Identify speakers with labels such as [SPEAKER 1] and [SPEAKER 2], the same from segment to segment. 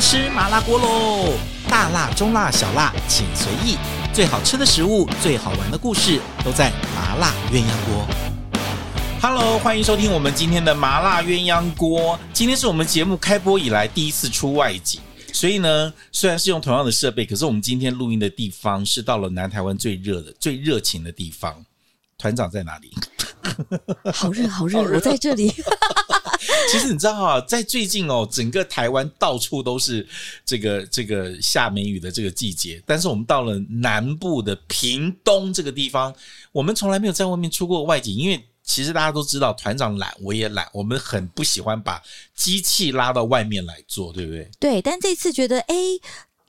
[SPEAKER 1] 吃麻辣锅喽！大辣、中辣、小辣，请随意。最好吃的食物，最好玩的故事，都在麻辣鸳鸯锅。Hello，欢迎收听我们今天的麻辣鸳鸯锅。今天是我们节目开播以来第一次出外景，所以呢，虽然是用同样的设备，可是我们今天录音的地方是到了南台湾最热的、最热情的地方。团长在哪里？
[SPEAKER 2] 好热，好热，我在这里。
[SPEAKER 1] 其实你知道啊，在最近哦，整个台湾到处都是这个这个下梅雨的这个季节，但是我们到了南部的屏东这个地方，我们从来没有在外面出过外景，因为其实大家都知道，团长懒，我也懒，我们很不喜欢把机器拉到外面来做，对不对？
[SPEAKER 2] 对，但这次觉得，哎、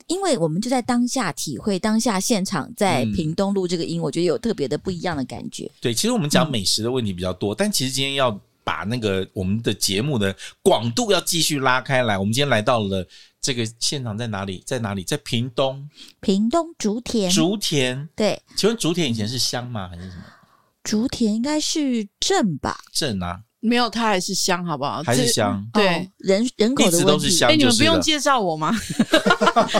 [SPEAKER 2] 因为我们就在当下体会当下现场在
[SPEAKER 1] 嗯
[SPEAKER 2] 屏东录这个音，我觉得有特别的不一样的感觉。
[SPEAKER 1] 对，其实我们讲美食的问题比较多，但其实今天要把那个我们的节目的广度要继续拉开来，我们今天来到了这个现场在哪里？在哪里？在屏东
[SPEAKER 2] 屏东竹田，
[SPEAKER 1] 竹田。
[SPEAKER 2] 对
[SPEAKER 1] 请问竹田以前是乡吗？还是什么
[SPEAKER 2] 竹田应该是镇吧？
[SPEAKER 1] 镇啊？
[SPEAKER 3] 没有，它还是香，好不好？
[SPEAKER 1] 还是
[SPEAKER 3] 呃这嗯
[SPEAKER 1] 乡？
[SPEAKER 2] 哦
[SPEAKER 3] 对。
[SPEAKER 2] 人人口
[SPEAKER 1] 一直
[SPEAKER 2] 的
[SPEAKER 1] 都
[SPEAKER 2] 问
[SPEAKER 1] 是
[SPEAKER 2] 题。
[SPEAKER 1] 乡
[SPEAKER 3] 哎、你
[SPEAKER 1] 就
[SPEAKER 3] 们
[SPEAKER 1] 是
[SPEAKER 3] 不
[SPEAKER 1] 了
[SPEAKER 3] 用介绍我吗？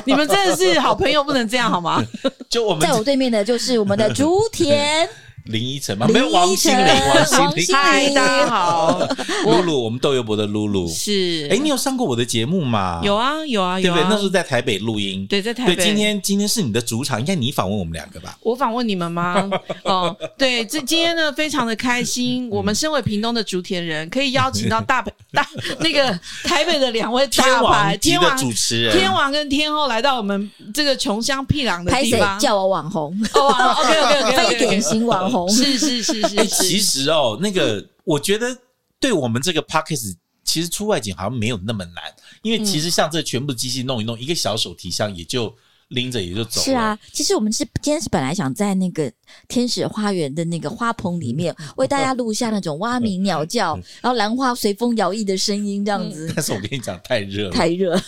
[SPEAKER 3] 你们真的是好朋友，不能这样 好吗？
[SPEAKER 1] 就我们
[SPEAKER 2] 在我对面的就是我们的竹 田，
[SPEAKER 1] 林依晨嘛，
[SPEAKER 2] 林
[SPEAKER 1] 没有王心凌，
[SPEAKER 2] 依晨
[SPEAKER 1] 王心
[SPEAKER 2] 王
[SPEAKER 1] 凌
[SPEAKER 2] 心，
[SPEAKER 3] 嗨，大家 好，
[SPEAKER 1] 露露，我们豆油博的露露。
[SPEAKER 3] 是，
[SPEAKER 1] 哎，你有上过我的节目吗？
[SPEAKER 3] 有，啊，有啊，
[SPEAKER 1] 对
[SPEAKER 3] 有
[SPEAKER 1] 不对？
[SPEAKER 3] 啊，
[SPEAKER 1] 那时候在台北录音。
[SPEAKER 3] 对在台
[SPEAKER 1] 对，
[SPEAKER 3] 北。
[SPEAKER 1] 今天今天是你的主场，应该你访问我们两个吧？
[SPEAKER 3] 我访问你们吗？ 哦，对，这今天呢非常的开心，
[SPEAKER 1] 嗯
[SPEAKER 3] 我们身为屏东的竹田人，可以邀请到 大北大那个台北的两位大牌
[SPEAKER 1] 王级
[SPEAKER 3] 天
[SPEAKER 1] 的
[SPEAKER 3] 王
[SPEAKER 1] 主持人，
[SPEAKER 3] 天王跟天后来到我们这个穷乡僻壤的
[SPEAKER 2] 拍
[SPEAKER 3] 地
[SPEAKER 2] 谁
[SPEAKER 3] 方。
[SPEAKER 2] 叫我网红，
[SPEAKER 3] 哦，OK OK OK，
[SPEAKER 2] 非 典型网红。
[SPEAKER 3] 是是是
[SPEAKER 1] 哎，
[SPEAKER 3] 是
[SPEAKER 1] 其
[SPEAKER 3] 是，
[SPEAKER 1] 实哦，那个我觉得对我们这个 p o c k e t 其实出外景好像没有那么难，因
[SPEAKER 3] 嗯
[SPEAKER 1] 为其实像这全部机器弄一弄，一个小手提箱也就拎着也就走了。
[SPEAKER 2] 是啊，其实我们是今天是本来想在那个天使花园的那个花棚里
[SPEAKER 1] 嗯
[SPEAKER 2] 面为大家录下那种蛙鸣鸟叫，然后兰花随风摇曳的声音，这样子、
[SPEAKER 1] 但是我跟你讲，太热了。
[SPEAKER 2] 太热。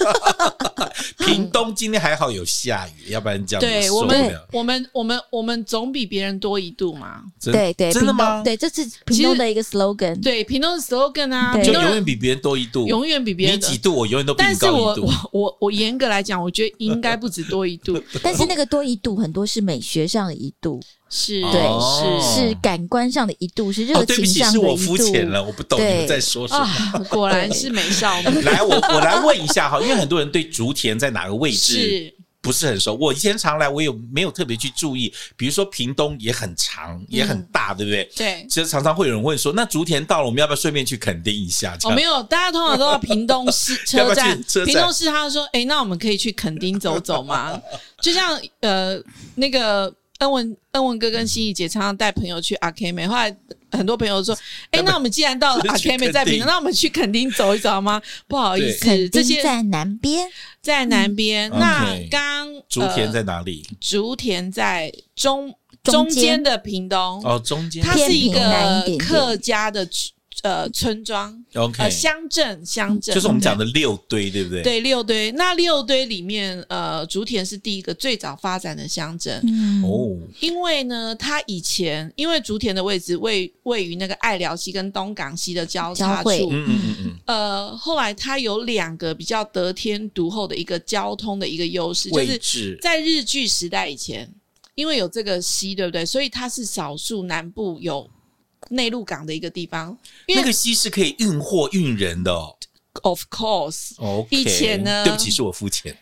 [SPEAKER 1] 屏东今天还好有下雨，要不然这样
[SPEAKER 3] 对
[SPEAKER 1] 受
[SPEAKER 3] 我
[SPEAKER 1] 不
[SPEAKER 3] 们
[SPEAKER 1] 了。
[SPEAKER 3] 我们我们我们总比别人多一度嘛。
[SPEAKER 1] 真
[SPEAKER 2] 对对，
[SPEAKER 1] 真的
[SPEAKER 2] 屏东
[SPEAKER 1] 吗？
[SPEAKER 2] 对，这是
[SPEAKER 3] 其
[SPEAKER 2] 屏
[SPEAKER 3] 实
[SPEAKER 2] 东的一个 slogan。
[SPEAKER 3] 对，屏东的 slogan 啊，
[SPEAKER 2] 对
[SPEAKER 1] 就
[SPEAKER 3] 屏
[SPEAKER 1] 永
[SPEAKER 3] 东
[SPEAKER 1] 远
[SPEAKER 3] 人
[SPEAKER 1] 比别人多一度，
[SPEAKER 3] 永远比别人
[SPEAKER 1] 你
[SPEAKER 3] 的
[SPEAKER 1] 几度，我永远都比
[SPEAKER 3] 但
[SPEAKER 1] 你
[SPEAKER 3] 是我
[SPEAKER 1] 高一度。哦
[SPEAKER 3] 我我我严格来讲，我觉得应该不止多一 度，
[SPEAKER 2] 但是那个多一度，很多是美学上的一度，
[SPEAKER 3] 是
[SPEAKER 2] 对
[SPEAKER 1] 哦
[SPEAKER 2] 是感官上的一度，是热
[SPEAKER 1] 哦，对不
[SPEAKER 2] 情
[SPEAKER 1] 起，
[SPEAKER 2] 上
[SPEAKER 1] 是
[SPEAKER 2] 的
[SPEAKER 1] 我
[SPEAKER 2] 一
[SPEAKER 1] 肤
[SPEAKER 2] 度。
[SPEAKER 1] 浅了，我不懂你
[SPEAKER 2] 对
[SPEAKER 1] 们在说什么。
[SPEAKER 3] 啊，果然是美少女
[SPEAKER 1] 来，我我来问一下哈，因为很多人对竹田在哪个位置
[SPEAKER 3] 是
[SPEAKER 1] 不是很熟。我以前常来，我有没有特别去注意？比如说屏东也很长，
[SPEAKER 3] 嗯
[SPEAKER 1] 也很大，对不对？
[SPEAKER 3] 对。
[SPEAKER 1] 其实常常会有人问说，那竹田到了，我们要不要顺便去垦丁一下？这
[SPEAKER 3] 哦，
[SPEAKER 1] 样
[SPEAKER 3] 没有，大家通常都到屏东市
[SPEAKER 1] 要不要
[SPEAKER 3] 车
[SPEAKER 1] 去
[SPEAKER 3] 站，
[SPEAKER 1] 车站
[SPEAKER 3] 屏东市他说，哎、那我们可以去垦丁走走吗？ 就像呃，那个恩文恩文哥跟心怡姐常常带朋友去阿 K 美，后来很多朋友说，哎、那我们既然到了
[SPEAKER 1] 我们
[SPEAKER 3] 阿
[SPEAKER 1] 去
[SPEAKER 3] K 美在
[SPEAKER 1] 垦
[SPEAKER 3] 屏
[SPEAKER 1] 丁
[SPEAKER 3] 东，那我们去垦丁走一走吗？不好意思，
[SPEAKER 2] 肯
[SPEAKER 3] 这
[SPEAKER 2] 定
[SPEAKER 3] 些
[SPEAKER 2] 在嗯南边，
[SPEAKER 3] 在南边。那
[SPEAKER 1] OK
[SPEAKER 3] 刚呃
[SPEAKER 1] 竹田在哪里？
[SPEAKER 3] 竹田在中
[SPEAKER 2] 中间
[SPEAKER 3] 中间的屏东，
[SPEAKER 1] 哦，中间
[SPEAKER 3] 它是一
[SPEAKER 2] 偏平南
[SPEAKER 3] 个
[SPEAKER 2] 一点点
[SPEAKER 3] 客家的村呃村庄
[SPEAKER 1] OK
[SPEAKER 3] 呃乡镇乡镇，
[SPEAKER 1] 就是我们讲的六堆，对不对？
[SPEAKER 3] 对。对六堆，那六堆里面，呃，竹田是第一个最早发展的乡镇，
[SPEAKER 2] 嗯，
[SPEAKER 1] 哦，
[SPEAKER 3] 因为呢，它以前因为竹田的位置位位于那个爱寮溪跟东港溪的交叉
[SPEAKER 2] 交汇
[SPEAKER 3] 处，
[SPEAKER 1] 嗯嗯嗯嗯，
[SPEAKER 3] 呃，后来它有两个比较得天独厚的一个交通的一个优势，就
[SPEAKER 1] 位
[SPEAKER 3] 是
[SPEAKER 1] 置
[SPEAKER 3] 在日据时代以前，因为有这个溪，对不对？所以它是少数南部有内陆港的一个地方。因为
[SPEAKER 1] 那个溪是可以运货运人的哦。
[SPEAKER 3] Of course，
[SPEAKER 1] OK，
[SPEAKER 3] 以前呢
[SPEAKER 1] 对不起，是我肤 浅。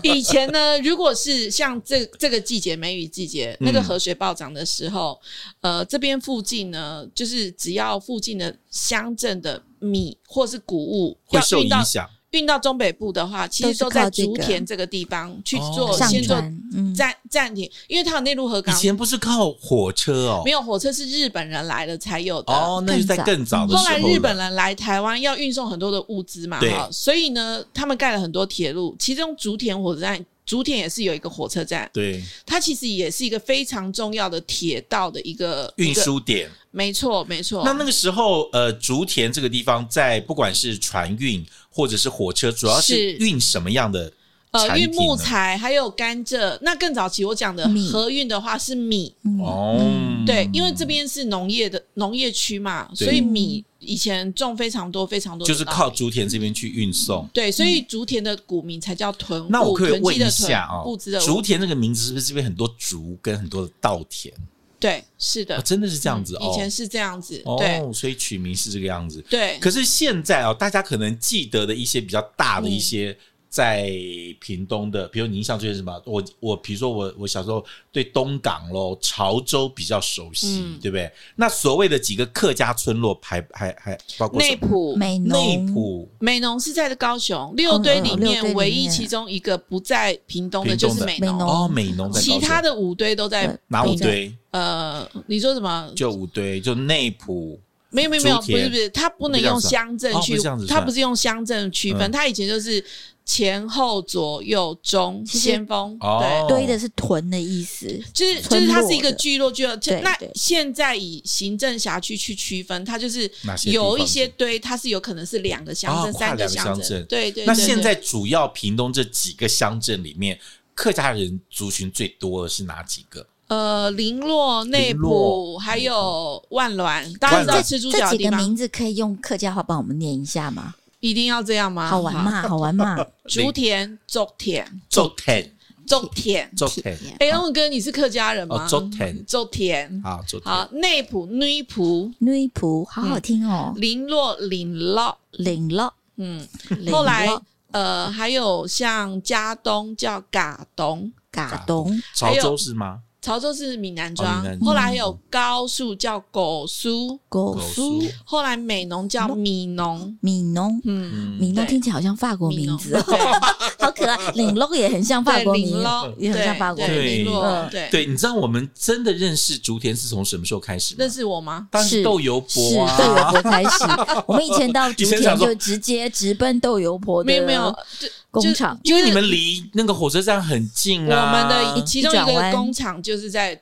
[SPEAKER 3] 以前呢，如果是像这这个季节梅雨季节，那个河水暴涨的时候，
[SPEAKER 1] 嗯
[SPEAKER 3] 呃，这边附近呢，就是只要附近的乡镇的米或是谷物
[SPEAKER 1] 会
[SPEAKER 3] 要
[SPEAKER 1] 受
[SPEAKER 3] 运到
[SPEAKER 1] 影响，
[SPEAKER 3] 运到中北部的话，其实
[SPEAKER 2] 都是靠
[SPEAKER 3] 都在
[SPEAKER 2] 这个
[SPEAKER 3] 竹田这个地方去做
[SPEAKER 1] 哦
[SPEAKER 2] 上
[SPEAKER 3] 先做
[SPEAKER 2] 船，嗯，
[SPEAKER 3] 暂暂停，因为它有内陆河
[SPEAKER 1] 以
[SPEAKER 3] 港。
[SPEAKER 1] 前不哦是靠火车哦
[SPEAKER 3] 嗯没，有火车是日本人来了才有的，
[SPEAKER 1] 哦，那就在更
[SPEAKER 2] 更
[SPEAKER 1] 早
[SPEAKER 2] 早
[SPEAKER 1] 的时
[SPEAKER 3] 后
[SPEAKER 1] 候
[SPEAKER 3] 来
[SPEAKER 1] 了。
[SPEAKER 3] 日本人来台湾要运送很多的物资嘛，
[SPEAKER 1] 对
[SPEAKER 3] 哈，所以呢，他们盖了很多铁路，其中竹田火车站，竹田也是有一个火车站，
[SPEAKER 1] 对
[SPEAKER 3] 它其实也是一个非常重要的铁道的一个哦
[SPEAKER 1] 运，
[SPEAKER 3] 一个
[SPEAKER 1] 输点。
[SPEAKER 3] 没错没错。
[SPEAKER 1] 那那个时候，呃，竹田这个地方在不管是船运或者是火车，主要是
[SPEAKER 3] 是
[SPEAKER 1] 运什么样的
[SPEAKER 3] 呃
[SPEAKER 1] 产
[SPEAKER 3] 运
[SPEAKER 1] 品
[SPEAKER 3] 木
[SPEAKER 1] 呢
[SPEAKER 3] 材，还有甘蔗。那更早期我讲的
[SPEAKER 2] 米
[SPEAKER 3] 河运的话是米，
[SPEAKER 2] 嗯
[SPEAKER 1] 哦，
[SPEAKER 3] 对，因为这边是农业的农业区嘛，
[SPEAKER 1] 对
[SPEAKER 3] 所以米以前种非常多非常多的
[SPEAKER 1] 就
[SPEAKER 3] 稻米，
[SPEAKER 1] 是靠竹田这边去运送。
[SPEAKER 3] 对，所以竹田的股民才叫屯户。
[SPEAKER 1] 那我可以
[SPEAKER 3] 囤
[SPEAKER 1] 问
[SPEAKER 3] 积的
[SPEAKER 1] 一下
[SPEAKER 3] 囤
[SPEAKER 1] 哦
[SPEAKER 3] 物资的，物
[SPEAKER 1] 竹田这个名字是不是这边很多竹跟很多的稻田？
[SPEAKER 3] 对，是的，
[SPEAKER 1] 啊，真的是这样子
[SPEAKER 3] 以前
[SPEAKER 1] 哦。
[SPEAKER 3] 是这样子，对
[SPEAKER 1] 哦，所以取名是这个样子。
[SPEAKER 3] 对。
[SPEAKER 1] 可是现在哦，大家可能记得的一些比较大的一些在屏东的，比如你印象最深是什么？我我比如说我我小时候对东港咯、潮州比较熟悉，
[SPEAKER 3] 嗯
[SPEAKER 1] 对不对？那所谓的几个客家村落还，还还包括什
[SPEAKER 3] 内
[SPEAKER 1] 么
[SPEAKER 3] 埔
[SPEAKER 2] 美农
[SPEAKER 1] 内埔
[SPEAKER 3] 美浓是在高雄六堆里
[SPEAKER 2] 嗯六堆里
[SPEAKER 3] 面唯一
[SPEAKER 2] 面
[SPEAKER 3] 其中一个不在屏东的，
[SPEAKER 1] 屏
[SPEAKER 3] 就
[SPEAKER 1] 东
[SPEAKER 3] 是
[SPEAKER 1] 的
[SPEAKER 3] 美
[SPEAKER 2] 美
[SPEAKER 3] 浓
[SPEAKER 2] 浓，
[SPEAKER 1] 哦，美浓在高
[SPEAKER 3] 其
[SPEAKER 1] 雄
[SPEAKER 3] 他的五堆都在
[SPEAKER 2] 对
[SPEAKER 1] 哪五
[SPEAKER 3] 屏东
[SPEAKER 1] 堆？
[SPEAKER 3] 呃，你说什么？
[SPEAKER 1] 就五堆，就内埔
[SPEAKER 3] 没有没有没有，
[SPEAKER 1] 竹
[SPEAKER 3] 不
[SPEAKER 1] 田
[SPEAKER 3] 是不是，他不能用乡镇
[SPEAKER 1] 哦不
[SPEAKER 3] 区
[SPEAKER 1] 是这样子，
[SPEAKER 3] 他
[SPEAKER 1] 算
[SPEAKER 3] 不是用乡镇区分，
[SPEAKER 1] 嗯
[SPEAKER 3] 他以前就是前后左右中
[SPEAKER 2] 其实
[SPEAKER 3] 先锋，
[SPEAKER 1] 哦
[SPEAKER 3] 对，
[SPEAKER 2] 堆的是囤的意思，
[SPEAKER 3] 就是就
[SPEAKER 2] 村
[SPEAKER 3] 是
[SPEAKER 2] 落
[SPEAKER 3] 它是一个
[SPEAKER 2] 的
[SPEAKER 3] 聚落聚落。就
[SPEAKER 2] 对
[SPEAKER 3] 那
[SPEAKER 2] 对
[SPEAKER 3] 现在以行政辖区去区分，它就是
[SPEAKER 1] 哪些地方
[SPEAKER 3] 有一些堆，它是有可能是两个乡
[SPEAKER 1] 哦
[SPEAKER 3] 镇、
[SPEAKER 1] 跨
[SPEAKER 3] 三
[SPEAKER 1] 两个
[SPEAKER 3] 乡
[SPEAKER 1] 乡镇
[SPEAKER 3] 对对。
[SPEAKER 1] 那
[SPEAKER 3] 对
[SPEAKER 1] 现
[SPEAKER 3] 对
[SPEAKER 1] 在主要屏东这几个乡镇里面，客家人族群最多的是哪几个？
[SPEAKER 3] 呃，林洛、内
[SPEAKER 1] 林洛
[SPEAKER 3] 埔还有万峦，大家知
[SPEAKER 1] 嗯万
[SPEAKER 3] 道
[SPEAKER 1] 峦
[SPEAKER 3] 吃猪
[SPEAKER 2] 这
[SPEAKER 3] 脚的
[SPEAKER 2] 几
[SPEAKER 3] 地
[SPEAKER 2] 个
[SPEAKER 3] 方
[SPEAKER 2] 名字可以用客家话帮我们念一下吗？
[SPEAKER 3] 一定要这样吗？
[SPEAKER 2] 好玩？嘛，好玩 嘛，
[SPEAKER 3] 竹田、竹田、
[SPEAKER 1] 周田，
[SPEAKER 3] 竹田。
[SPEAKER 1] 周田，
[SPEAKER 3] 哎，龙哥，你是客家人
[SPEAKER 1] 哦
[SPEAKER 3] 吗？，
[SPEAKER 1] 周田，
[SPEAKER 3] 周田，
[SPEAKER 1] 好，周田，
[SPEAKER 3] 好，内埔、女埔、
[SPEAKER 2] 女仆，好好听哦，
[SPEAKER 3] 林洛、林洛，
[SPEAKER 2] 领了，
[SPEAKER 3] 嗯，
[SPEAKER 2] 领
[SPEAKER 3] 后来
[SPEAKER 2] 了
[SPEAKER 3] 呃，还有像嘉东叫嘎东，
[SPEAKER 2] 嘎咚，
[SPEAKER 1] 潮州是吗？
[SPEAKER 3] 潮州是闽南
[SPEAKER 1] 哦
[SPEAKER 3] 庄
[SPEAKER 1] 闽南，
[SPEAKER 3] 后来还有高速叫狗苏，
[SPEAKER 2] 狗
[SPEAKER 1] 狗
[SPEAKER 2] 苏
[SPEAKER 1] 叔，
[SPEAKER 3] 后来美浓叫
[SPEAKER 2] 嗯
[SPEAKER 3] 米浓，
[SPEAKER 2] 米农，
[SPEAKER 3] 嗯，
[SPEAKER 1] 嗯，
[SPEAKER 2] 米农
[SPEAKER 3] 对
[SPEAKER 2] 听起来好像法国
[SPEAKER 3] 米
[SPEAKER 2] 名
[SPEAKER 3] 浓
[SPEAKER 2] 字哦， 好可 爱。领了也很像法
[SPEAKER 3] 对，
[SPEAKER 2] 国
[SPEAKER 3] 林
[SPEAKER 2] 名，
[SPEAKER 3] 咯
[SPEAKER 2] 也很像法国名。
[SPEAKER 3] 对，
[SPEAKER 1] 名
[SPEAKER 3] 林洛
[SPEAKER 2] 嗯，
[SPEAKER 3] 对，
[SPEAKER 1] 对，你知道我们真的认识竹田是从什么时候开始吗？
[SPEAKER 3] 认识我吗？
[SPEAKER 1] 当然是
[SPEAKER 2] 是
[SPEAKER 1] 豆油
[SPEAKER 2] 是
[SPEAKER 1] 伯
[SPEAKER 2] 豆油
[SPEAKER 1] 啊，
[SPEAKER 2] 婆开始，我们以前到竹
[SPEAKER 1] 以前想
[SPEAKER 2] 田
[SPEAKER 1] 说
[SPEAKER 2] 就直接直奔豆油婆的
[SPEAKER 3] 没有没有，就
[SPEAKER 2] 工厂，
[SPEAKER 1] 因为你们离那个火车站很近
[SPEAKER 3] 我
[SPEAKER 1] 啊。
[SPEAKER 3] 们的其中一
[SPEAKER 2] 一转
[SPEAKER 3] 个
[SPEAKER 2] 弯哦
[SPEAKER 3] 工厂就是在。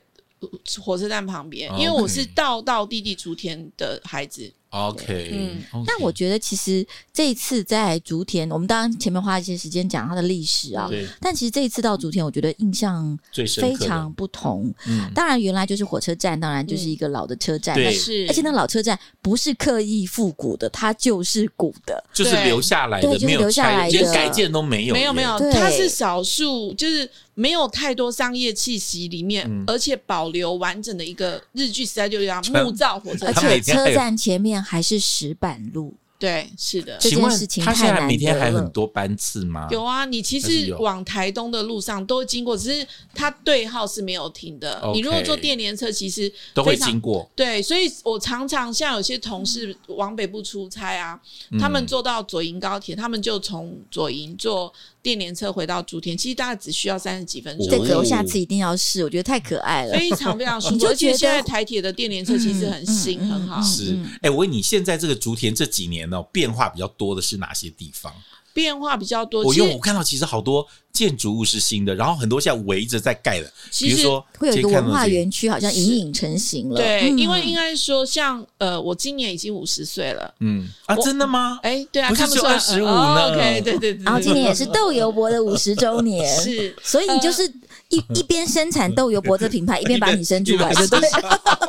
[SPEAKER 3] 火车站旁边，因为
[SPEAKER 1] OK
[SPEAKER 3] 我是道道地地竹田的孩子，
[SPEAKER 1] OK，
[SPEAKER 3] 嗯
[SPEAKER 2] 但我觉得其实这一次在竹田，我们当然前面花一些时间讲它的历史啊，
[SPEAKER 1] 对
[SPEAKER 2] 但其实这一次到竹田，我觉得印象
[SPEAKER 1] 最深
[SPEAKER 2] 非
[SPEAKER 1] 刻的
[SPEAKER 2] 常不同。
[SPEAKER 1] 嗯
[SPEAKER 2] 当然，原来就是火车站，当然就是一个老的车站，
[SPEAKER 1] 对
[SPEAKER 2] 那
[SPEAKER 3] 嗯是
[SPEAKER 2] 而且那个老车站不是刻意复古的，它就是古的。
[SPEAKER 1] 就是留下来的，
[SPEAKER 2] 对就是
[SPEAKER 1] 没有
[SPEAKER 2] 留下
[SPEAKER 1] 拆
[SPEAKER 2] 来
[SPEAKER 1] 连
[SPEAKER 2] 的
[SPEAKER 1] 改建都没有，
[SPEAKER 3] 没有没有，
[SPEAKER 2] 对
[SPEAKER 3] 它是少数，就是没有太多商业气息里面，
[SPEAKER 1] 嗯
[SPEAKER 3] 而且保留完整的一个日剧时代就叫
[SPEAKER 1] 全
[SPEAKER 3] 木造火车
[SPEAKER 2] 而
[SPEAKER 1] 他
[SPEAKER 3] 站。
[SPEAKER 1] 每
[SPEAKER 2] 且
[SPEAKER 1] 天还
[SPEAKER 2] 车
[SPEAKER 1] 有
[SPEAKER 2] 站前面还是石板路，
[SPEAKER 3] 对，是的，
[SPEAKER 2] 这
[SPEAKER 1] 请问
[SPEAKER 2] 件事情
[SPEAKER 1] 他现
[SPEAKER 2] 太
[SPEAKER 1] 在
[SPEAKER 2] 难
[SPEAKER 1] 每天
[SPEAKER 2] 得
[SPEAKER 1] 还
[SPEAKER 2] 了
[SPEAKER 1] 很多班次吗？
[SPEAKER 3] 有啊。你其
[SPEAKER 1] 还是
[SPEAKER 3] 实
[SPEAKER 1] 有
[SPEAKER 3] 往台东的路上都会经过，只是它对号是没有停的。
[SPEAKER 1] OK
[SPEAKER 3] 你如果坐电联车，其实
[SPEAKER 1] 都会
[SPEAKER 3] 非常
[SPEAKER 1] 经过。
[SPEAKER 3] 对，所以我常常像有些同事往北部出差啊，
[SPEAKER 1] 嗯
[SPEAKER 3] 他们坐到左营高铁，他们就从左营坐电联车回到竹田，其实大概只需要三十几分钟。
[SPEAKER 2] 这
[SPEAKER 1] 哦
[SPEAKER 2] 个我下次一定要试，我觉得太可爱了。
[SPEAKER 3] 非常非常 舒
[SPEAKER 2] 你
[SPEAKER 3] 服，
[SPEAKER 2] 就
[SPEAKER 3] 而且
[SPEAKER 2] 觉得
[SPEAKER 3] 现在台铁的电联车其实很新，
[SPEAKER 2] 嗯嗯
[SPEAKER 3] 很好。
[SPEAKER 2] 嗯
[SPEAKER 1] 是，哎、我问你，现在这个竹田这几年呢、变化比较多的是哪些地方？
[SPEAKER 3] 变化比较多。
[SPEAKER 1] 我
[SPEAKER 3] 其
[SPEAKER 1] 因为我
[SPEAKER 3] 实
[SPEAKER 1] 看到其实好多建筑物是新的，然后很多现在围着在盖的，比
[SPEAKER 3] 其
[SPEAKER 1] 如
[SPEAKER 3] 实
[SPEAKER 1] 说
[SPEAKER 2] 会有一个
[SPEAKER 1] 今天看
[SPEAKER 2] 文
[SPEAKER 1] 到
[SPEAKER 2] 化
[SPEAKER 1] 这个
[SPEAKER 2] 园区，好像隐隐成型了。
[SPEAKER 3] 对，
[SPEAKER 2] 嗯
[SPEAKER 3] 因为应该说像呃，我今年已经五十岁了。
[SPEAKER 1] 嗯啊，
[SPEAKER 3] 我
[SPEAKER 1] 真的 吗？
[SPEAKER 3] 哎，对啊，
[SPEAKER 1] 不是
[SPEAKER 3] 看不
[SPEAKER 1] 只有
[SPEAKER 3] 出来
[SPEAKER 1] 25呢
[SPEAKER 3] 呃哦 OK，对对对。
[SPEAKER 2] 然后今年也是
[SPEAKER 3] 对
[SPEAKER 2] 豆油博的五十周年，
[SPEAKER 3] 对嗯 是
[SPEAKER 2] 所以你就是 一一边生产豆油博这品牌，一边把你生出来，
[SPEAKER 1] 一边
[SPEAKER 2] 就对，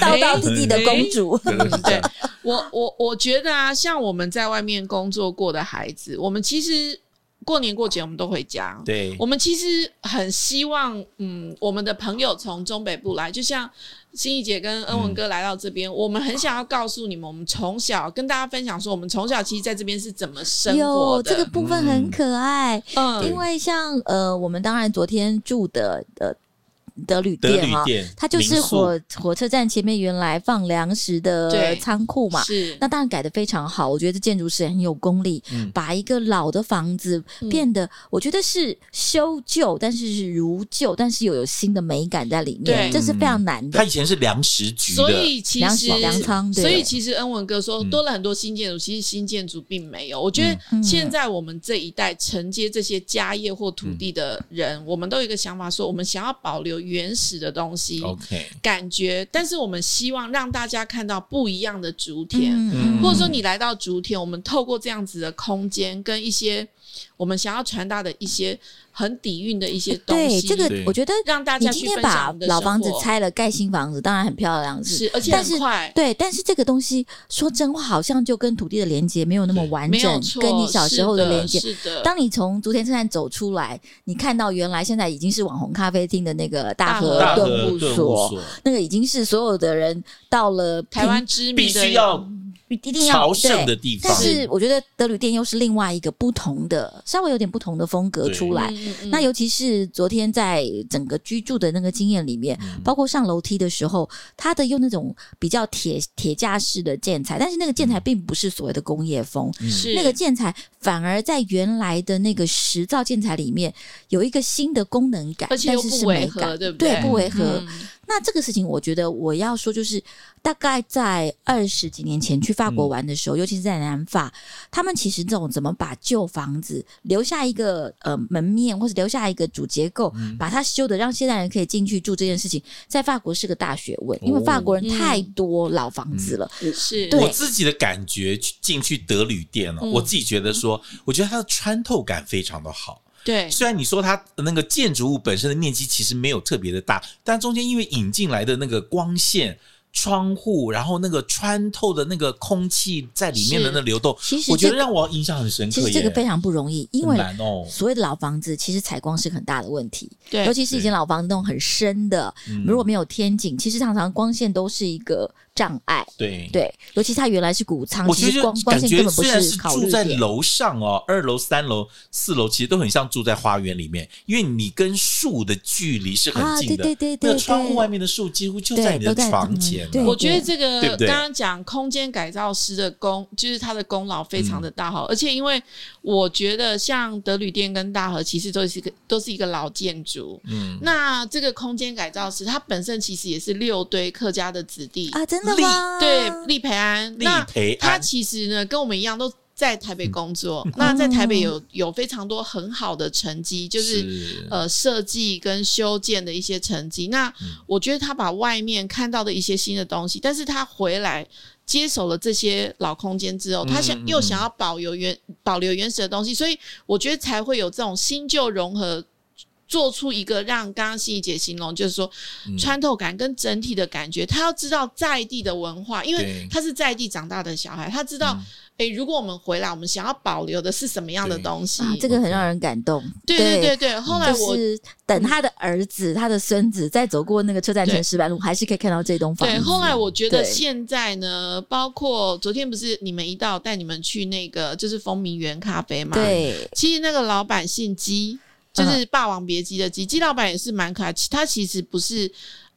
[SPEAKER 2] 道道地地的公主。
[SPEAKER 1] 可能是这样
[SPEAKER 3] 我我我觉得啊，像我们在外面工作过的孩子，我们其实过年过节我们都回家。
[SPEAKER 1] 对
[SPEAKER 3] 我，们其实很希望，嗯，我们的朋友从中北部来，就像心怡姐跟恩文哥来到这
[SPEAKER 2] 嗯
[SPEAKER 3] 边，我们很想要告诉你们，我们从小跟大家分享说，我们从小其实在这边是怎么生活
[SPEAKER 2] 有
[SPEAKER 3] 的。
[SPEAKER 2] 这个部分很可爱，
[SPEAKER 1] 对
[SPEAKER 3] 嗯，
[SPEAKER 2] 因为像呃，我们当然昨天住的呃的旅
[SPEAKER 1] 德
[SPEAKER 2] 店
[SPEAKER 1] 旅
[SPEAKER 2] 哈，
[SPEAKER 1] 店，
[SPEAKER 2] 它就是
[SPEAKER 1] 民宿
[SPEAKER 2] 火火车站前面原来放粮食的
[SPEAKER 3] 对
[SPEAKER 2] 仓库嘛，
[SPEAKER 3] 是
[SPEAKER 2] 那当然改的非常好，我觉得这建筑师很有功力，
[SPEAKER 1] 嗯
[SPEAKER 2] 把一个老的房子
[SPEAKER 3] 嗯
[SPEAKER 2] 变得，我觉得是修旧，但是是如旧，但是又有新的美感在里面，
[SPEAKER 3] 对嗯
[SPEAKER 2] 这是非常难
[SPEAKER 1] 它
[SPEAKER 2] 的
[SPEAKER 1] 以。前是粮食局
[SPEAKER 3] 所
[SPEAKER 1] 的，
[SPEAKER 3] 以其
[SPEAKER 2] 粮
[SPEAKER 3] 实
[SPEAKER 2] 食粮仓对
[SPEAKER 3] 所以其实恩文哥说
[SPEAKER 1] 嗯
[SPEAKER 3] 多了很多新建筑，其实新建筑并没有。我觉
[SPEAKER 2] 嗯
[SPEAKER 3] 得现在我们
[SPEAKER 1] 嗯
[SPEAKER 3] 这一代承接这些家业或土地的人，我们都有一个想法，说我们想要保留原始的东西。
[SPEAKER 1] OK，
[SPEAKER 3] 感觉，但是我们希望让大家看到不一样的竹田，
[SPEAKER 1] 嗯
[SPEAKER 3] 或者说你来到竹田，我们透过这样子的空间跟一些我们想要传达的一些很底蕴的一些东
[SPEAKER 2] 对
[SPEAKER 3] 西，
[SPEAKER 2] 这个
[SPEAKER 1] 对，
[SPEAKER 2] 我觉得
[SPEAKER 3] 让大
[SPEAKER 2] 你
[SPEAKER 3] 家
[SPEAKER 2] 今
[SPEAKER 3] 去
[SPEAKER 2] 天
[SPEAKER 3] 分享我
[SPEAKER 2] 把
[SPEAKER 3] 们的
[SPEAKER 2] 老房子
[SPEAKER 3] 生活
[SPEAKER 2] 拆了，盖新房子，当然很漂亮，
[SPEAKER 3] 是，而且
[SPEAKER 2] 但
[SPEAKER 3] 很
[SPEAKER 2] 是
[SPEAKER 3] 快。
[SPEAKER 2] 对，但是这个东西说真话，好像就跟土地的连接没有那么
[SPEAKER 1] 对
[SPEAKER 2] 完
[SPEAKER 3] 没有
[SPEAKER 2] 整，
[SPEAKER 3] 错，
[SPEAKER 2] 跟你小时候
[SPEAKER 3] 是的
[SPEAKER 2] 连接。
[SPEAKER 3] 是的，
[SPEAKER 2] 当你从竹田车站走出来，你看到原来现在已经是网红咖啡厅的那个大和
[SPEAKER 1] 大和
[SPEAKER 2] 顿
[SPEAKER 1] 顿
[SPEAKER 2] 悟
[SPEAKER 1] 悟
[SPEAKER 2] 所，
[SPEAKER 1] 所
[SPEAKER 2] 那个已经是所有的人到了
[SPEAKER 3] 台湾知名
[SPEAKER 1] 必
[SPEAKER 3] 的
[SPEAKER 1] 须要
[SPEAKER 2] 平一定要
[SPEAKER 1] 朝圣的
[SPEAKER 2] 对。
[SPEAKER 1] 地方
[SPEAKER 2] 但，是我觉得德旅店又是另外一个不同的，稍微有点不同的风格
[SPEAKER 1] 对
[SPEAKER 2] 出来。
[SPEAKER 3] 嗯嗯
[SPEAKER 2] 那尤其是昨天在整个居住的那个经验里面，
[SPEAKER 1] 嗯
[SPEAKER 2] 包括上楼梯的时候，它的用那种比较铁铁架式的建材，但是那个建材并不是所谓的工业风，
[SPEAKER 1] 嗯
[SPEAKER 3] 是
[SPEAKER 2] 那个建材反而在原来的那个石造建材里面有一个新的功能感，
[SPEAKER 3] 而且又
[SPEAKER 2] 但是
[SPEAKER 3] 不
[SPEAKER 2] 是
[SPEAKER 3] 违
[SPEAKER 2] 美
[SPEAKER 3] 和
[SPEAKER 2] 感，
[SPEAKER 3] 对不
[SPEAKER 2] 对？
[SPEAKER 3] 对
[SPEAKER 2] 不违和。
[SPEAKER 3] 嗯
[SPEAKER 2] 那这个事情，我觉得我要说，就是大概在二十几年前去法
[SPEAKER 1] 嗯
[SPEAKER 2] 国玩的时候，尤其是在南法，他们其实这种怎么把旧房子留下一个呃门面，或者留下一个主结构，
[SPEAKER 1] 嗯
[SPEAKER 2] 把它修的让现代人可以进去住这件事情，在法国是个大学问，因为法国人太多老房子
[SPEAKER 1] 嗯
[SPEAKER 2] 了，
[SPEAKER 3] 是
[SPEAKER 2] 对
[SPEAKER 1] 我自己的感觉，去进去德旅店哦，
[SPEAKER 3] 嗯
[SPEAKER 1] 我自己觉得说，我觉得它的穿透感非常的好。
[SPEAKER 3] 对
[SPEAKER 1] 虽然你说它那个建筑物本身的面积其实没有特别的大，但中间因为引进来的那个光线、窗户，然后那个穿透的那个空气在里面的那流动，
[SPEAKER 2] 其实
[SPEAKER 1] 我觉
[SPEAKER 2] 这
[SPEAKER 1] 得让我印象很深刻
[SPEAKER 2] 其
[SPEAKER 1] 耶。
[SPEAKER 2] 实这个非常不容易，因
[SPEAKER 1] 很
[SPEAKER 2] 为
[SPEAKER 1] 难哦，
[SPEAKER 2] 所谓的老房子，其实采光是个很大的问题，
[SPEAKER 3] 对
[SPEAKER 2] 尤其是以前老房子那种很深的，
[SPEAKER 1] 嗯
[SPEAKER 2] 如果没有天井，其实常常光线都是一个障碍。
[SPEAKER 1] 对。
[SPEAKER 2] 对，尤其它原来是谷仓，
[SPEAKER 1] 我
[SPEAKER 2] 啊其
[SPEAKER 1] 觉
[SPEAKER 2] 实
[SPEAKER 1] 得
[SPEAKER 2] 光光
[SPEAKER 1] 感
[SPEAKER 2] 线根
[SPEAKER 1] 觉
[SPEAKER 2] 本不
[SPEAKER 1] 虽然是
[SPEAKER 2] 考
[SPEAKER 1] 住
[SPEAKER 2] 虑
[SPEAKER 1] 在
[SPEAKER 2] 点。
[SPEAKER 1] 楼上哦，二楼、三楼、四楼其实都很像住在花园里面，因为你跟树的距离是很
[SPEAKER 2] 啊
[SPEAKER 1] 近的，
[SPEAKER 2] 对对对对
[SPEAKER 1] 那个窗户
[SPEAKER 2] 对
[SPEAKER 1] 外面的树几乎就
[SPEAKER 2] 对
[SPEAKER 1] 在你的
[SPEAKER 2] 都在
[SPEAKER 1] 床
[SPEAKER 2] 嗯
[SPEAKER 1] 前
[SPEAKER 2] 对
[SPEAKER 1] 了。
[SPEAKER 3] 我觉得这个
[SPEAKER 1] 对不对
[SPEAKER 3] 刚刚讲空间改造师的功，就是他的功劳非
[SPEAKER 1] 嗯
[SPEAKER 3] 常的大哈、而且因为我觉得像德旅店跟大和其实都是一个都是一个老建筑，
[SPEAKER 1] 嗯，
[SPEAKER 3] 那这个空间改造师他本身其实也是六堆客家的子弟，
[SPEAKER 2] 啊，真的吗？
[SPEAKER 3] 对利培安，
[SPEAKER 1] 利
[SPEAKER 3] 那
[SPEAKER 1] 培
[SPEAKER 3] 他
[SPEAKER 1] 安
[SPEAKER 3] 其实呢跟我们一样都。在台北工作，那在台北有有非常多很好的成绩，就是呃设计跟修建的一些成绩。那
[SPEAKER 1] 嗯
[SPEAKER 3] 我觉得他把外面看到的一些新的东西，但是他回来接手了这些老空间之后，
[SPEAKER 1] 嗯
[SPEAKER 3] 他想
[SPEAKER 1] 嗯嗯
[SPEAKER 3] 又想要保留原保留原始的东西，所以我觉得才会有这种新旧融合。做出一个让刚刚欣怡姐形容，就是说
[SPEAKER 1] 嗯
[SPEAKER 3] 穿透感跟整体的感觉，他要知道在地的文化，因为
[SPEAKER 1] 对嗯
[SPEAKER 3] 他是在地长大的小孩，他知道，诶、如果我们回来，我们想要保留的是什么样的
[SPEAKER 1] 对
[SPEAKER 3] 东西？
[SPEAKER 2] 啊，这个很啊让人感动。
[SPEAKER 3] 对对对对。后来
[SPEAKER 2] 就
[SPEAKER 3] 我嗯
[SPEAKER 2] 是等他的儿子、他的孙子再走过那个车站前石板路，还是可以看到这栋房
[SPEAKER 3] 对，
[SPEAKER 2] 子。
[SPEAKER 3] 后来我觉得
[SPEAKER 2] 对
[SPEAKER 3] 现在呢，包括昨天不是你们一到带你们去那个就是风鸣园咖啡嘛？，
[SPEAKER 2] 对，
[SPEAKER 3] 其实那个老板姓姬，就是
[SPEAKER 1] 嗯
[SPEAKER 3] 《霸王别姬》的姬，姬老板也是蛮可爱。其他其实不是